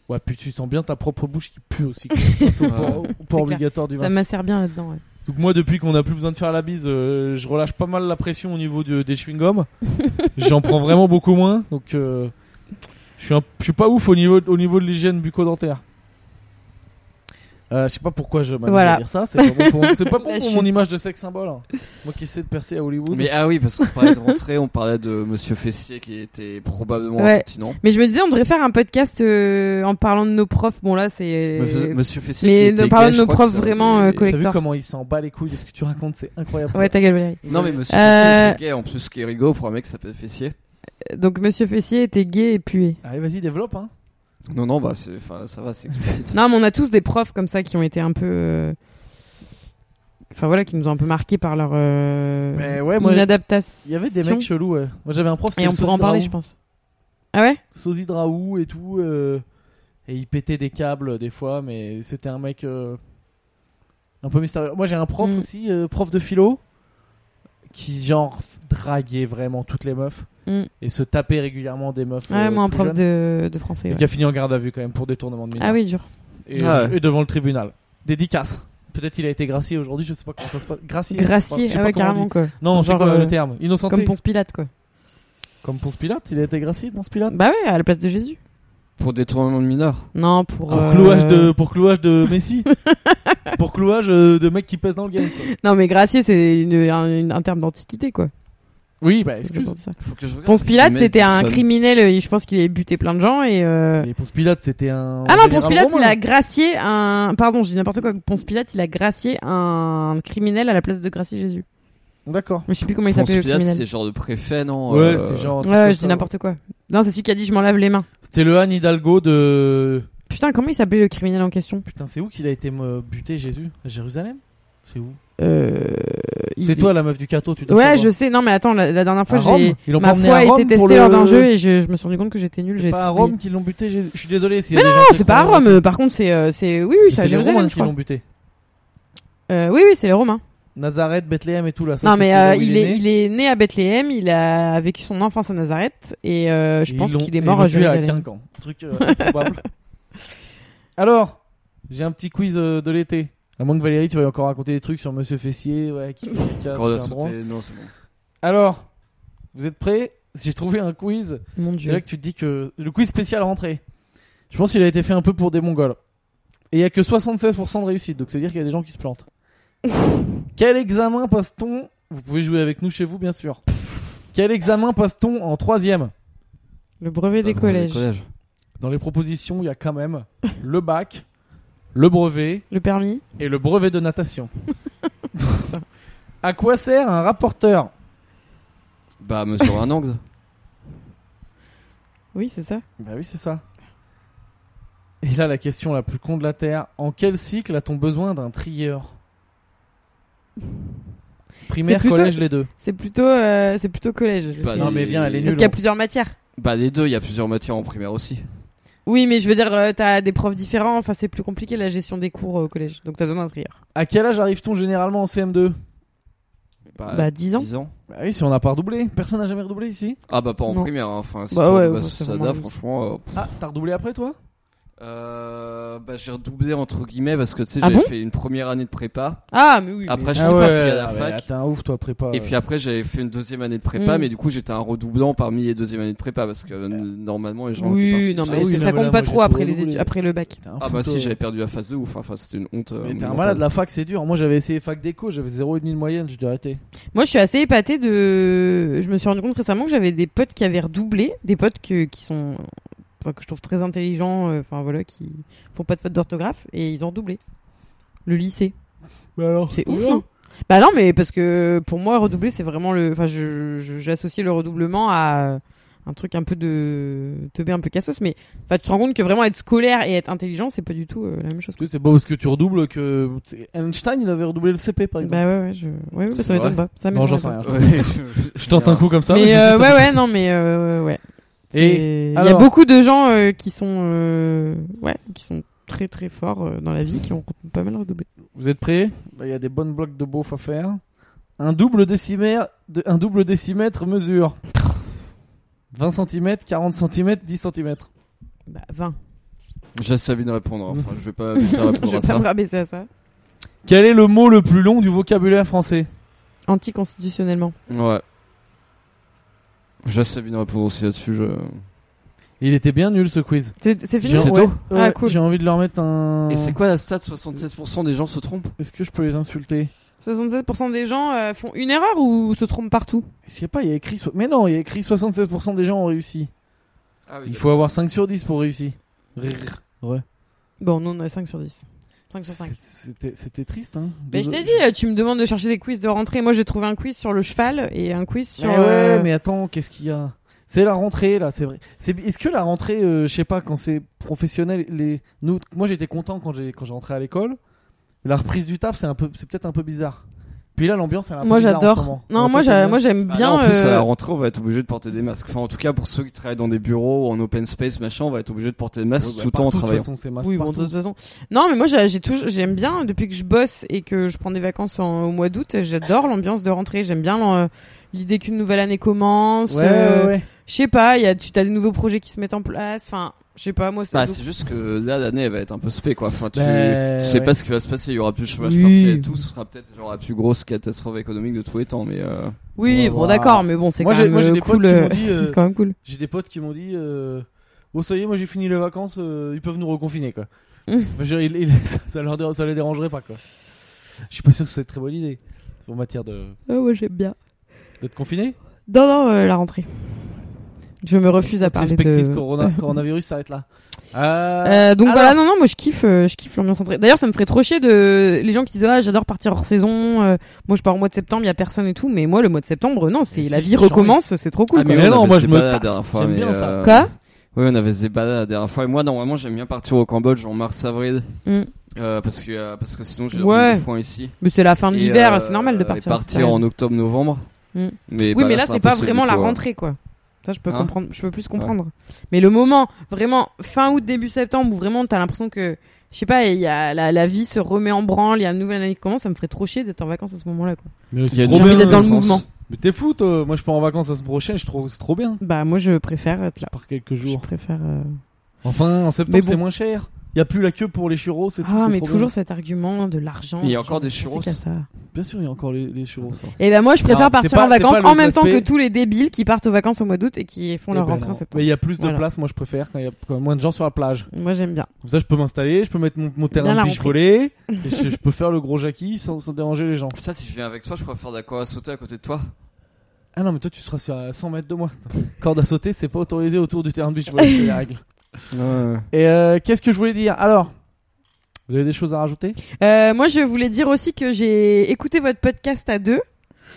A: ouais, puis tu sens bien ta propre bouche qui pue aussi. Face au port- au port
C: clair.
A: obligatoire du
C: Ça
A: masque.
C: m'assère bien là-dedans, ouais.
A: Donc moi, depuis qu'on a plus besoin de faire la bise, euh, je relâche pas mal la pression au niveau de- des chewing-gums. J'en prends vraiment beaucoup moins. Donc, euh, je suis un- je suis pas ouf au niveau, au niveau de l'hygiène bucco-dentaire. Euh, je sais pas pourquoi je m'amuse
C: Voilà.
A: à dire ça. C'est pas bon pour, c'est pas bon
C: La
A: pour mon
C: chute.
A: image de sexe symbole. hein. Moi qui essaie de percer à Hollywood.
B: Mais ah oui, parce qu'on parlait de rentrée, on parlait de Monsieur Fessier qui était probablement
C: Ouais.
B: continent.
C: Mais je me disais, on devrait faire un podcast euh, en parlant de nos profs. Bon, là, c'est.
B: Monsieur, Monsieur Fessier
C: mais
B: qui était
C: nous parlons
B: gay,
C: de
B: je
C: nos
B: crois que
C: profs
B: ça avait-
C: vraiment, euh,
A: T'as vu
C: Collector.
A: comment il s'en bat les couilles de ce que tu racontes, c'est incroyable.
C: Ouais, ta gueule, Valérie.
B: Non mais Monsieur
C: Euh,
B: Fessier était gay en plus, ce qui est rigolo pour un mec qui s'appelle Fessier.
C: Donc, Monsieur Fessier était gay et pué.
A: Allez, vas-y, développe. Hein.
B: Non non bah c'est, enfin ça va, c'est explicite.
C: Non, mais on a tous des profs comme ça qui ont été un peu. euh, Enfin voilà, qui nous ont un peu marqués par leur. Euh...
A: Mais ouais, moi,
C: inadaptation.
A: Il y avait des mecs chelous. ouais. Moi j'avais un prof.
C: Et
A: c'était
C: on
A: le
C: pourra en
A: sosie
C: parler,
A: Draou.
C: je pense. Ah ouais
A: sosie de Raoult et tout. euh, et il pétait des câbles euh, des fois, mais c'était un mec euh, un peu mystérieux. Moi j'ai un prof
C: Mm.
A: aussi, euh, prof de philo, qui genre f- draguait vraiment toutes les meufs
C: Mm.
A: et se tapait régulièrement des meufs.
C: Ouais,
A: euh,
C: Ah, moi, un
A: plus
C: prof
A: jeunes,
C: de, de français.
A: Et
C: ouais.
A: qui a fini en garde à vue quand même pour détournement de mineur.
C: Ah oui, dur.
A: Et,
B: Ah ouais.
A: et devant le tribunal. Dédicace. Peut-être il a été gracié aujourd'hui, je sais pas comment ça se passe. Gracié.
C: Gracier,
A: je sais pas
C: ah ouais,
A: comment on
C: carrément
A: dit.
C: quoi.
A: Non, c'est
C: Genre,
A: quoi
C: euh,
A: le terme Innocenté.
C: Comme Ponce Pilate quoi.
A: Comme Ponce Pilate, il a été gracié, Ponce Pilate.
C: Bah ouais, à la place de Jésus.
B: Pour détournement de mineur.
C: Non, pour.
A: Pour
C: euh,
A: clouage de pour clouage de Messi. pour clouage euh, de mec qui pèse dans le game. quoi.
C: Non, mais Gracier, c'est une- un, un terme d'antiquité quoi.
A: Oui, bah
C: C'est
A: excuse.
C: pour ça.
B: Faut que je regarde
C: Ponce
B: si
C: Pilate,
B: Mel
C: c'était un
B: Gibson-
C: criminel, euh, je pense qu'il avait buté plein de gens et. euh,
A: Mais Ponce Pilate, c'était un
C: Ah non,
A: général
C: Ponce Pilate,
A: romain.
C: il a gracié un. Pardon, je dis n'importe quoi. Ponce Pilate, il a gracié un criminel à la place de gracier Jésus.
A: D'accord.
C: Mais je sais plus comment il
B: Ponce
C: s'appelait le
B: Pilate,
C: criminel.
B: c'était genre de préfet non
A: Ouais,
B: euh,
A: c'était genre un truc
C: Ouais,
A: comme
C: je
A: ça,
C: dis n'importe quoi. Non, c'est celui qui a dit je m'en lave les mains.
A: ouais. C'était le Han Hidalgo de
C: Putain, comment il s'appelait le criminel en question
A: Putain, c'est où qu'il a été euh, buté Jésus À Jérusalem C'est où
C: Euh, il-
A: C'est toi la meuf du cateau, tu dois
C: Ouais,
A: savoir.
C: je sais. Non, mais attends, la, la dernière fois,
A: À Rome
C: j'ai
A: Ils l'ont pas
C: ma
A: emmené
C: foi
A: à
C: a
A: Rome
C: été
A: pour
C: testée
A: le-
C: lors d'un jeu et je, je me suis rendu compte que j'étais nulle.
A: C'est
C: j'ai
A: pas à
C: tout
A: Rome
C: oublié.
A: qu'ils l'ont buté Jésus. Je suis désolé s'il y a des gens
C: Non,
A: très
C: c'est pas à
A: croyants.
C: Rome. euh, Par contre, c'est euh, c'est oui, oui,
A: Mais
C: c'est à
A: C'est les Romains
C: Jérusalem, je
A: qui l'ont
C: crois.
A: buté.
C: Euh, oui, oui, c'est les Romains.
A: Nazareth, Bethléem et tout là. ça,
C: non,
A: c'est
C: mais
A: c'est là
C: euh,
A: où
C: il
A: né.
C: est il est né à Bethléhem. Il a vécu son enfance à Nazareth et euh, je
A: Ils
C: pense
A: l'ont-
C: qu'il est
A: ils
C: mort
A: l'ont
C: à
A: tué à
C: Jérusalem.
A: Quincan. Truc euh, improbable. Alors, j'ai un petit quiz euh, de l'été. À moins que Valérie, tu vas encore raconter des trucs sur Monsieur Fessier, ouais, qui fait caca,
B: Corde à
A: c'est un
B: sauter,
A: droit.
B: non c'est bon.
A: Alors, vous êtes prêts J'ai trouvé un quiz.
C: Mon
A: C'est là
C: Dieu.
A: que tu te dis que le quiz spécial rentrée. Je pense qu'il a été fait un peu pour des Mongols. Et il y a que 76% de réussite, donc c'est dire qu'il y a des gens qui se plantent. Quel examen passe-t-on Vous pouvez jouer avec nous chez vous, bien sûr. Quel examen passe-t-on en troisième
C: Le brevet des
B: Bah,
C: collèges.
A: Dans les propositions, il y a quand même le bac, le brevet
C: Le permis.
A: et le brevet de natation. à quoi sert un rapporteur
B: Bah mesure un angle.
C: Oui, c'est ça.
A: Bah oui, c'est ça. Et là, la question la plus con de la Terre. En quel cycle a-t-on besoin d'un trieur Primaire,
C: C'est plutôt-
A: collège, les deux.
C: C'est plutôt euh, c'est plutôt collège. le
B: Bah,
C: fait.
A: non, mais viens, elle est
C: Parce
A: nulle.
C: qu'il y a plusieurs matières.
B: Bah les deux, il y a plusieurs matières en primaire aussi.
C: Oui, mais je veux dire, euh, t'as des profs différents. Enfin, c'est plus compliqué la gestion des cours euh, au collège. Donc t'as besoin d'un trieur.
A: hein. À quel âge arrive-t-on généralement en CM2
C: Bah, 10 ans.
A: Bah oui, si on n'a pas redoublé. Personne n'a jamais redoublé ici.
B: Ah bah pas en
C: Non.
B: primaire, hein. enfin si
C: Bah
B: toi,
C: ouais,
B: de
C: ouais,
B: base,
C: c'est
B: ça
C: vraiment
B: da,
C: juste.
B: franchement. euh,
A: Ah, t'as redoublé après, toi
B: Euh, bah, j'ai redoublé entre guillemets parce que tu sais,
C: Ah
B: j'avais
C: bon
B: fait une première année de prépa.
C: Ah, mais oui. mais-
B: Après, je
A: Ah
B: suis
A: ouais,
B: parti à la
A: ah ouais,
B: fac.
A: ah, T'es un ouf, toi, prépa.
B: Et puis après, j'avais fait une deuxième année de prépa,
C: Mm.
B: mais du coup, j'étais un redoublant parmi les deuxième années de prépa parce que euh, normalement, les gens
C: oui,
B: étaient partis.
C: non,
A: Ah
C: mais
A: oui, non,
C: c'est- ça
A: mais
C: compte
A: là,
C: pas
A: moi,
C: trop
A: j'ai
C: après, les
A: redoublé.
C: études- après le bac.
A: T'es un
B: Ah
A: fou,
B: bah
A: toi.
B: si, j'avais perdu la phase de ouf. Enfin, c'était une honte. euh,
A: Mais t'es un
B: monumentale.
A: malade, la fac c'est dur. Moi j'avais essayé fac d'éco, j'avais 0,5 de moyenne, j'ai dû arrêter.
C: Moi, je suis assez épatée de. Je me suis rendu compte récemment que j'avais des potes qui avaient redoublé, des potes que, qui sont. Enfin, que je trouve très intelligents, euh, enfin voilà, qui font pas de faute d'orthographe, et ils ont redoublé. Le lycée.
A: alors,
C: C'est ouf, non Bah non, mais parce que pour moi, redoubler, c'est vraiment le. Enfin, je- je- j'associe le redoublement à un truc un peu de teubé, un peu cassos, mais enfin, tu te rends compte que vraiment être scolaire et être intelligent, c'est pas du tout euh, la même chose.
A: Parce que c'est beau parce que tu redoubles que. Einstein il avait redoublé le CP par exemple.
C: Bah ouais, ouais, je... ouais, ouais, bah,
B: C'est
C: ça m'étonne pas. Ça
A: non,
C: m'étonne
A: j'en
C: pas.
A: sais rien.
B: Ouais.
A: Je tente un coup comme ça.
C: mais
A: je me dis,
C: euh,
A: ça
C: ouais,
A: fait
C: ouais,
A: plaisir.
C: non, mais euh, ouais. C'est-
A: Et
C: Il y a
A: alors-
C: beaucoup de gens euh, qui sont, euh, ouais, qui sont très très forts euh, dans la vie, qui ont pas mal redoublé.
A: Vous êtes prêts Là il y a des bonnes blocs de beauf à faire. Un double décimètre, de- un double décimètre mesure 20 cm, 40 cm, 10 cm.
C: Bah 20.
B: Je laisse Sabine répondre. hein. Enfin, je vais pas laisser
A: Ah
C: je
B: répondre
C: vais
B: à
C: pas
B: ça.
C: me rabaisser à ça.
A: Quel est le mot le plus long du vocabulaire français
C: Anticonstitutionnellement.
B: Ouais. Je laisse Sabine répondre aussi là-dessus. Je...
A: Il était bien nul ce quiz.
C: C'est c'est fini.
A: J'ai-
B: C'est
A: ouais,
B: tout
A: ouais,
C: Ah, cool.
A: J'ai envie de leur mettre un.
B: Et c'est quoi la stat 76% des gens se trompent
A: Est-ce que je peux les insulter
C: 76% des gens euh, font une erreur ou se trompent partout
A: Je sais pas, il y a écrit. so- Mais non, il y a écrit 76% des gens ont réussi.
B: Ah
A: Il faut avoir 5 sur 10 pour réussir. Rrr. Ouais.
C: Bon, nous on a 5 sur 10. 5 sur 5.
A: C'est- C'était c'était triste, hein.
C: Mais je
A: Désolé.
C: t'ai dit, euh, tu me demandes de chercher des quiz de rentrée. Moi j'ai trouvé un quiz sur le cheval et un quiz
A: Eh
C: sur.
A: ouais,
C: euh,
A: mais attends, qu'est-ce qu'il y a C'est la rentrée, là, c'est vrai. C'est- Est-ce que la rentrée, euh, je sais pas, quand c'est professionnel, les... Nous, moi j'étais content quand j'ai quand j'ai rentré à l'école. La reprise du taf, c'est un peu- c'est peut-être un peu bizarre. Puis là, l'ambiance, elle est un peu
C: Moi
A: bizarre en ce
C: j'adore.
A: moment.
C: Non,
A: Alors, toi,
C: moi j'a-
A: t'aimes
C: moi, j'aime
B: Bah
C: bien.
B: là, en plus, à la
C: euh,
B: rentrée, on va être obligé de porter des masques. Enfin, en tout cas, pour ceux qui travaillent dans des bureaux, en open space, machin, on va être obligé de porter des masques
A: Ouais, bah,
B: tout le temps
A: partout,
B: en
A: de toute
B: travaillant.
A: façon, c'est masse
C: Oui, bon, de
A: partout.
C: toute façon. Non, mais moi, j'ai j'ai toujours, j'aime bien depuis que je bosse et que je prends des vacances en- au mois d'août. J'adore l'ambiance de rentrée. J'aime bien l'en- l'idée qu'une nouvelle année commence.
A: Ouais,
C: euh,
A: ouais, ouais.
C: Je sais pas, il y a, tu as des nouveaux projets qui se mettent en place. Enfin, je sais pas, moi, c'est.
B: Bah, c'est juste que là, l'année, elle va être un peu spé, quoi. Enfin, tu,
A: Ben,
B: tu sais
A: ouais.
B: pas ce qui va se passer. Il y aura plus de chômage
C: Oui.
B: partiel et tout. Ce sera peut-être genre la plus grosse catastrophe économique de tous les temps. Mais euh,
A: on
C: oui,
A: va
C: bon,
A: voir.
C: d'accord, mais bon, c'est
A: Moi,
C: quand
A: j'ai-
C: même
A: moi, j'ai
C: euh,
A: des potes
C: cool.
A: qui
C: euh,
A: m'ont dit,
C: c'est
A: euh,
C: quand même cool.
A: J'ai des potes qui m'ont dit euh, Oh, ça y est, moi j'ai fini les vacances, euh, ils peuvent nous reconfiner quoi.
C: Mm.
A: Enfin, je veux dire, il- il- ça, leur dé- ça les dérangerait pas quoi. Je suis pas sûr que c'est une très bonne idée en matière de-
C: Ah, ouais, j'aime bien.
A: d'être confiné.
C: Non, non, euh, la rentrée. Je me refuse à parler
A: Perspective
C: de.
A: corona- coronavirus s'arrête là. Euh,
C: Euh, donc
A: Alors-
C: voilà, non, non, moi je kiffe, euh, je kiffe l'ambiance rentrée. D'ailleurs, ça me ferait trop chier de les gens qui disent ah j'adore partir hors saison. euh, moi, je pars au mois de septembre, il y a personne et tout. Mais moi, le mois de septembre, non, c'est
A: Mais
C: la
A: si,
C: vie
A: c'est chambé.
C: recommence, c'est trop cool.
B: ah, mais
A: quoi.
B: oui,
A: Mais
B: on
A: non,
B: avait
A: moi,
B: ce
A: je me
B: débat la
A: tasse.
B: dernière fois.
A: J'aime
B: mais,
A: bien ça.
B: euh,
C: Quoi
B: Oui, on avait ce débat la dernière fois. Et moi, normalement, j'aime bien partir au Cambodge en mars-avril.
C: Mm.
B: Euh, parce que euh, parce que sinon, j'ai
C: Ouais.
B: ouais. des foin ici.
C: Mais c'est la fin de
B: Et,
C: l'hiver,
B: euh,
C: c'est normal de
B: et
C: partir. c'est
B: partir
C: pas-
B: en octobre-novembre.
C: Mm.
B: Mais
C: Oui,
B: bah,
C: mais là, c'est pas
B: impossible,
C: vraiment
B: du
C: la
B: coup,
C: rentrée, quoi. Ça, je peux
B: Hein
C: comprendre, je peux plus comprendre. Mais le moment, vraiment, fin août, début septembre, où vraiment, t'as l'impression que, je sais pas, il y a la, la vie se remet en branle, il y a une nouvelle année qui commence, ça me ferait trop chier d'être en vacances à ce moment-là, quoi.
A: mais
B: Il y a
A: trop
C: J'ai
B: du
C: envie
A: bien.
C: d'être dans le
B: sens.
C: mouvement.
A: Mais t'es fou toi Moi je pars en vacances la semaine prochaine, je trouve c'est trop bien.
C: Bah, moi, je préfère être là.
A: Par quelques
C: Je
A: jours.
C: préfère. euh,
A: Enfin, en septembre
C: Mais bon.
A: c'est moins cher. Y a plus la queue pour les churros, c'est tout.
C: Ah,
A: c'est
C: mais
A: trop
C: toujours
A: bien.
C: cet argument de l'argent.
B: Il y a encore
C: l'argent,
B: des
C: c'est
B: churros.
C: qu'à ça.
A: Bien sûr, il y a encore les, les churros. ça.
C: Et ben moi, je
A: Non,
C: préfère
A: Ah, c'est
C: partir
A: pas-
C: en
A: c'est pas
C: vacances
A: le
C: en même temps que
A: aspect-
C: tous les débiles qui partent aux vacances au mois d'août et qui font
A: Eh
C: leur
A: ben
C: rentrée
A: non.
C: en
A: Mais
C: septembre.
A: il y a plus de
C: Voilà.
A: place, moi je préfère quand il y a quand même moins de gens sur la plage.
C: Moi, j'aime bien.
A: Comme ça, je peux m'installer, je peux mettre mon, mon terrain
C: Bien
A: de
C: la
A: beach volley, et je, je peux faire le gros jackie sans, sans déranger les gens.
B: Putain, si je viens avec toi, je pourrais faire de la corde à sauter à côté de toi.
A: Ah non, mais toi, tu seras sur- à 100 mètres de moi. Corde à sauter, c'est pas autorisé autour du terrain de beach volley, c'est la règle. Et euh, qu'est-ce que je voulais dire Alors, vous avez des choses à rajouter
C: Euh, moi, je voulais dire aussi que j'ai écouté votre podcast à deux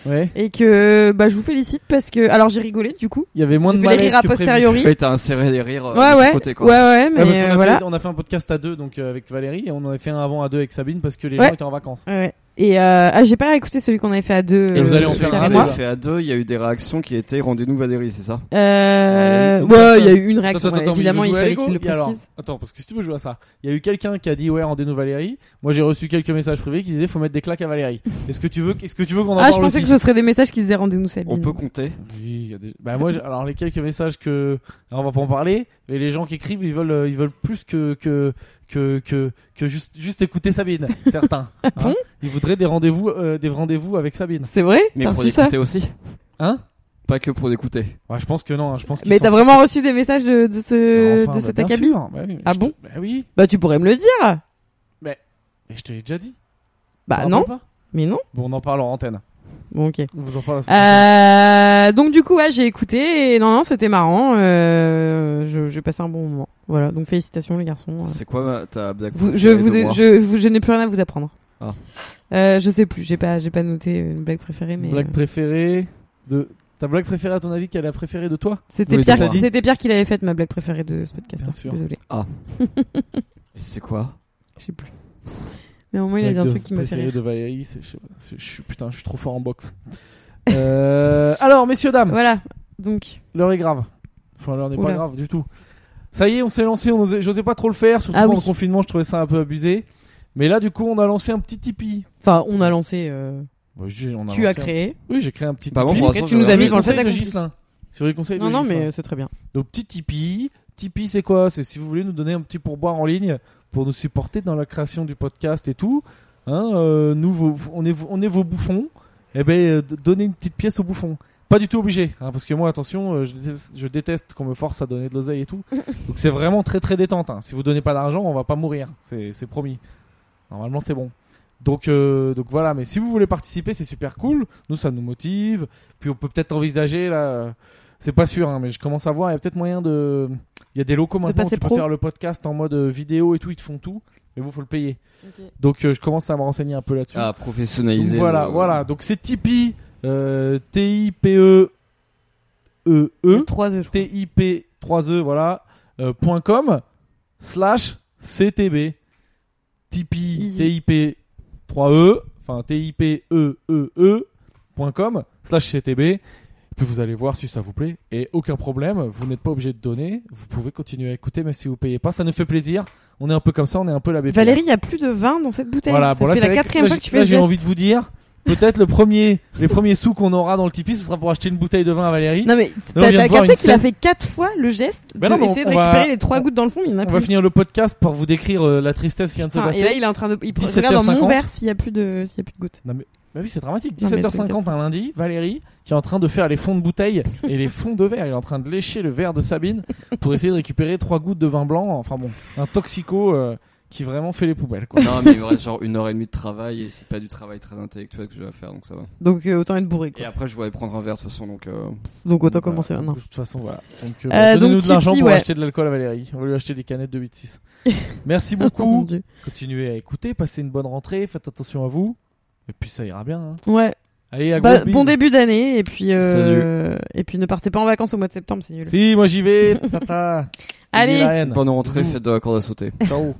A: Ouais.
C: et que bah, je vous félicite parce que. Alors, j'ai rigolé du coup.
A: Il y avait moins
C: J'ai
A: de
C: fait les
A: malaise
C: rires a
A: que prévu.
C: posteriori.
B: Oui, t'as inséré les rires euh,
C: Ouais,
B: de
C: ouais.
B: ton côté, quoi.
C: Ouais, ouais,
A: Ouais, parce
C: mais
A: qu'on
C: euh,
A: a
C: voilà.
A: fait, on a fait un podcast à deux donc euh, avec Valérie et on en a fait un avant à deux avec Sabine parce que les
C: Ouais.
A: gens étaient en vacances.
C: Ouais. Et euh, ah, j'ai pas écouté celui qu'on avait fait à deux.
A: Et vous
C: euh,
A: allez en
C: Pierre
A: faire un
C: et
A: des
C: moi.
A: deux.
B: fait à deux, il y a eu des réactions qui étaient rendez-nous Valérie, c'est ça
C: Euh,
A: Une
C: ouais,
A: personne.
C: il y a eu une
A: Attends,
C: réaction.
A: attends,
C: Ah, ouais,
A: attends, mais
C: Évidemment,
A: veut
C: il
A: jouer à
C: fallait
A: Lego
C: qu'il le
A: Et alors,
C: précise.
A: attends, parce que si tu veux jouer à ça, il y a eu quelqu'un qui a dit ouais, rendez-nous Valérie. Moi, j'ai reçu quelques messages privés qui disaient faut mettre des claques à Valérie. Est-ce que tu veux, est-ce que tu veux qu'on en
C: Ah, je
A: parle
C: pensais que
A: aussi
C: ce serait des messages qui disaient rendez-nous Sabine.
B: On peut compter.
A: Oui, il y a des- bah moi, j'ai- alors les quelques messages que, alors, on va pas en parler, mais les gens qui écrivent, ils veulent, euh, ils veulent plus que que que que, que juste juste écouter Sabine, certains. hein.
C: Ah bon
A: ils voudraient des rendez-vous, euh, des rendez-vous avec Sabine.
C: C'est vrai
B: Mais
C: T'as
B: pour
C: reçu ça
B: l'écouter aussi.
A: Hein
B: Pas que pour l'écouter.
A: Ouais, je pense que non. hein, Je pense. qu'ils
C: Mais
A: sont-
C: t'as vraiment reçu des messages de, de ce
A: Enfin,
C: de
A: bah,
C: cet
A: bien
C: acabit
A: sûr, bah oui,
C: Ah
A: je-
C: bon
A: Bah oui.
C: Bah tu pourrais me le dire.
A: Mais je te l'ai déjà dit.
C: Bah
A: Tu te
C: non,
A: rappelles pas
C: mais non.
A: Bon, on en parle en antenne.
C: Bon ok.
A: On vous en parle.
C: Euh, donc du coup ouais, j'ai écouté et non non c'était marrant. Euh, je- J'ai passé un bon moment. Voilà donc félicitations les garçons. Euh,
B: C'est quoi ma- ta blague
C: Vous- je
B: préférée de
C: vous, ai-
B: moi
C: je, vous- je n'ai plus rien à vous apprendre.
B: Ah.
C: Euh, je sais plus, j'ai pas, j'ai pas noté une blague préférée, mais
A: Blague
C: euh,
A: préférée de ta blague préférée à ton avis qu'elle a préférée de toi
C: euh, c'était
B: Oui,
C: Pierre,
B: dis-moi.
C: c'était Pierre qui l'avait faite ma blague préférée de ce podcast.
A: Bien
C: hein.
A: sûr.
C: Désolé,
B: Et c'est quoi
C: je sais plus. Mais au moins il a dit un
A: Blague
C: truc
A: de-
C: qui m'a fait
A: préférée
C: rire.
A: de Valérie, c'est- je sais pas, c'est- je suis putain, je suis trop fort en boxe. Euh, alors messieurs dames,
C: Voilà, donc
A: l'heure est grave. Enfin l'heure n'est pas
C: Oula.
A: grave du tout. Ça y est, on s'est lancé, on osait- j'osais pas trop le faire, surtout
C: Ah
A: pendant
C: oui.
A: le confinement, je trouvais ça un peu abusé. Mais là du coup, on a lancé un petit Tipeee.
C: enfin on a lancé, euh,
A: Bah, j'ai- on a
C: tu
A: lancé
C: as
A: un
C: créé.
A: petit- Oui, j'ai créé un petit
B: Bah, moi,
A: Tipeee.
B: pour
A: Ok,
B: l'instant,
A: tu
B: j'ai
A: nous
B: rien
A: as
B: fait.
A: mis dans le
C: Conseil
A: conseil de
C: d'accompli.
A: Gislin. Sur les conseils
C: Non
A: de
C: non
A: Ghislain.
C: mais euh, c'est très bien.
A: Donc petit Tipeee. Tipeee c'est quoi C'est si vous voulez nous donner un petit pourboire en ligne pour nous supporter dans la création du podcast et tout. Hein, euh, nous vos- on est vos- on est vos bouffons. Eh ben euh, d- donnez une petite pièce aux bouffons. Pas du tout obligé, hein, parce que moi attention, euh, je déteste, je déteste qu'on me force à donner de l'oseille et tout. Donc c'est vraiment très très détente. hein. Si vous donnez pas d'argent, on va pas mourir, c'est c'est promis. Normalement c'est bon. Donc, euh, donc voilà, mais si vous voulez participer, c'est super cool. Nous, ça nous motive. Puis on peut peut-être envisager, là, euh, c'est pas sûr, hein, mais je commence à voir, il y a peut-être moyen de. Il y a des locaux maintenant où
C: passer
A: tu peux
C: pro.
A: faire le podcast en mode euh, vidéo et tout, ils te font tout, mais vous, faut le payer. Donc euh, je commence à me renseigner un peu là-dessus.
B: Ah, euh,
A: Donc,
B: professionnaliser.
A: voilà,
B: le-
A: voilà. Donc c'est Tipeee, euh, T-I-P-E-E-E. e e
C: 3 e je crois.
A: tip3e E, voilà euh, point .com slash ctb tipeee
C: Easy.
A: tip3e E, enfin tipeee E point .com slash ctb puis vous allez voir si ça vous plaît et aucun problème vous n'êtes pas obligé de donner vous pouvez continuer à écouter même si vous payez pas ça nous fait plaisir on est un peu comme ça on est un peu la BPI
C: Valérie, il y a plus de vin dans cette bouteille.
A: voilà
C: ça
A: bon, là,
C: fait
A: c'est
C: la
A: vrai
C: quatrième
A: là,
C: fois que
A: j'ai-
C: tu fais
A: là,
C: le
A: j'ai
C: geste.
A: envie de vous dire peut-être le premier les premiers sous qu'on aura dans le Tipeee ce sera pour acheter une bouteille de vin à Valérie
C: Non mais
A: on vient
C: t'as
A: de
C: t'as
A: voir
C: capté
A: une
C: qu'il a
A: scène-
C: fait quatre fois le geste
A: Ben
C: de
A: non, mais on-
C: essayer de
A: on va-
C: récupérer les trois
A: on-
C: gouttes dans le fond, il n'y en a
A: On
C: plus.
A: va finir le podcast par vous décrire euh, la tristesse qui vient de se
C: Putain,
A: passer.
C: et là il est en train de il
A: 17h50.
C: regarde dans mon verre s'il n'y a plus de s'il y a plus de gouttes.
A: Bah oui, c'est dramatique.
C: Non, mais
A: 17h50 un lundi, Valérie qui est en train de faire les fonds de bouteille et les fonds de verre. Il est en train de lécher le verre de Sabine pour essayer de récupérer trois gouttes de vin blanc. Enfin bon, un toxico euh, qui vraiment fait les poubelles. Quoi.
B: Non, mais il me reste genre une heure et demie de travail et c'est pas du travail très intellectuel que je vais faire, donc ça va.
C: Donc euh, autant être bourré
B: Et
C: quoi.
B: après, je vais aller prendre un verre de toute façon, donc. euh,
C: Donc autant
A: Voilà.
C: commencer maintenant.
A: De toute façon, voilà. Donc, euh,
C: Euh,
A: donnez-nous
C: donc,
A: de l'argent
C: Tipeee,
A: pour
C: ouais.
A: acheter de l'alcool à Valérie. On va lui acheter des canettes de 8-6. Merci
C: Oh mon
A: beaucoup.
C: Dieu.
A: Continuez à écouter, passez une bonne rentrée, faites attention à vous. Et puis ça ira bien. hein.
C: Ouais.
A: Allez, à
C: Bah,
A: gros
C: bon
A: bisous.
C: début d'année et puis euh, et puis ne partez pas en vacances au mois de septembre, c'est nul.
A: Si, moi j'y vais. Tata.
C: Allez.
A: Vive la haine.
B: Bonne rentrée,
A: Bisous.
B: faites de la corde à sauter.
A: Ciao.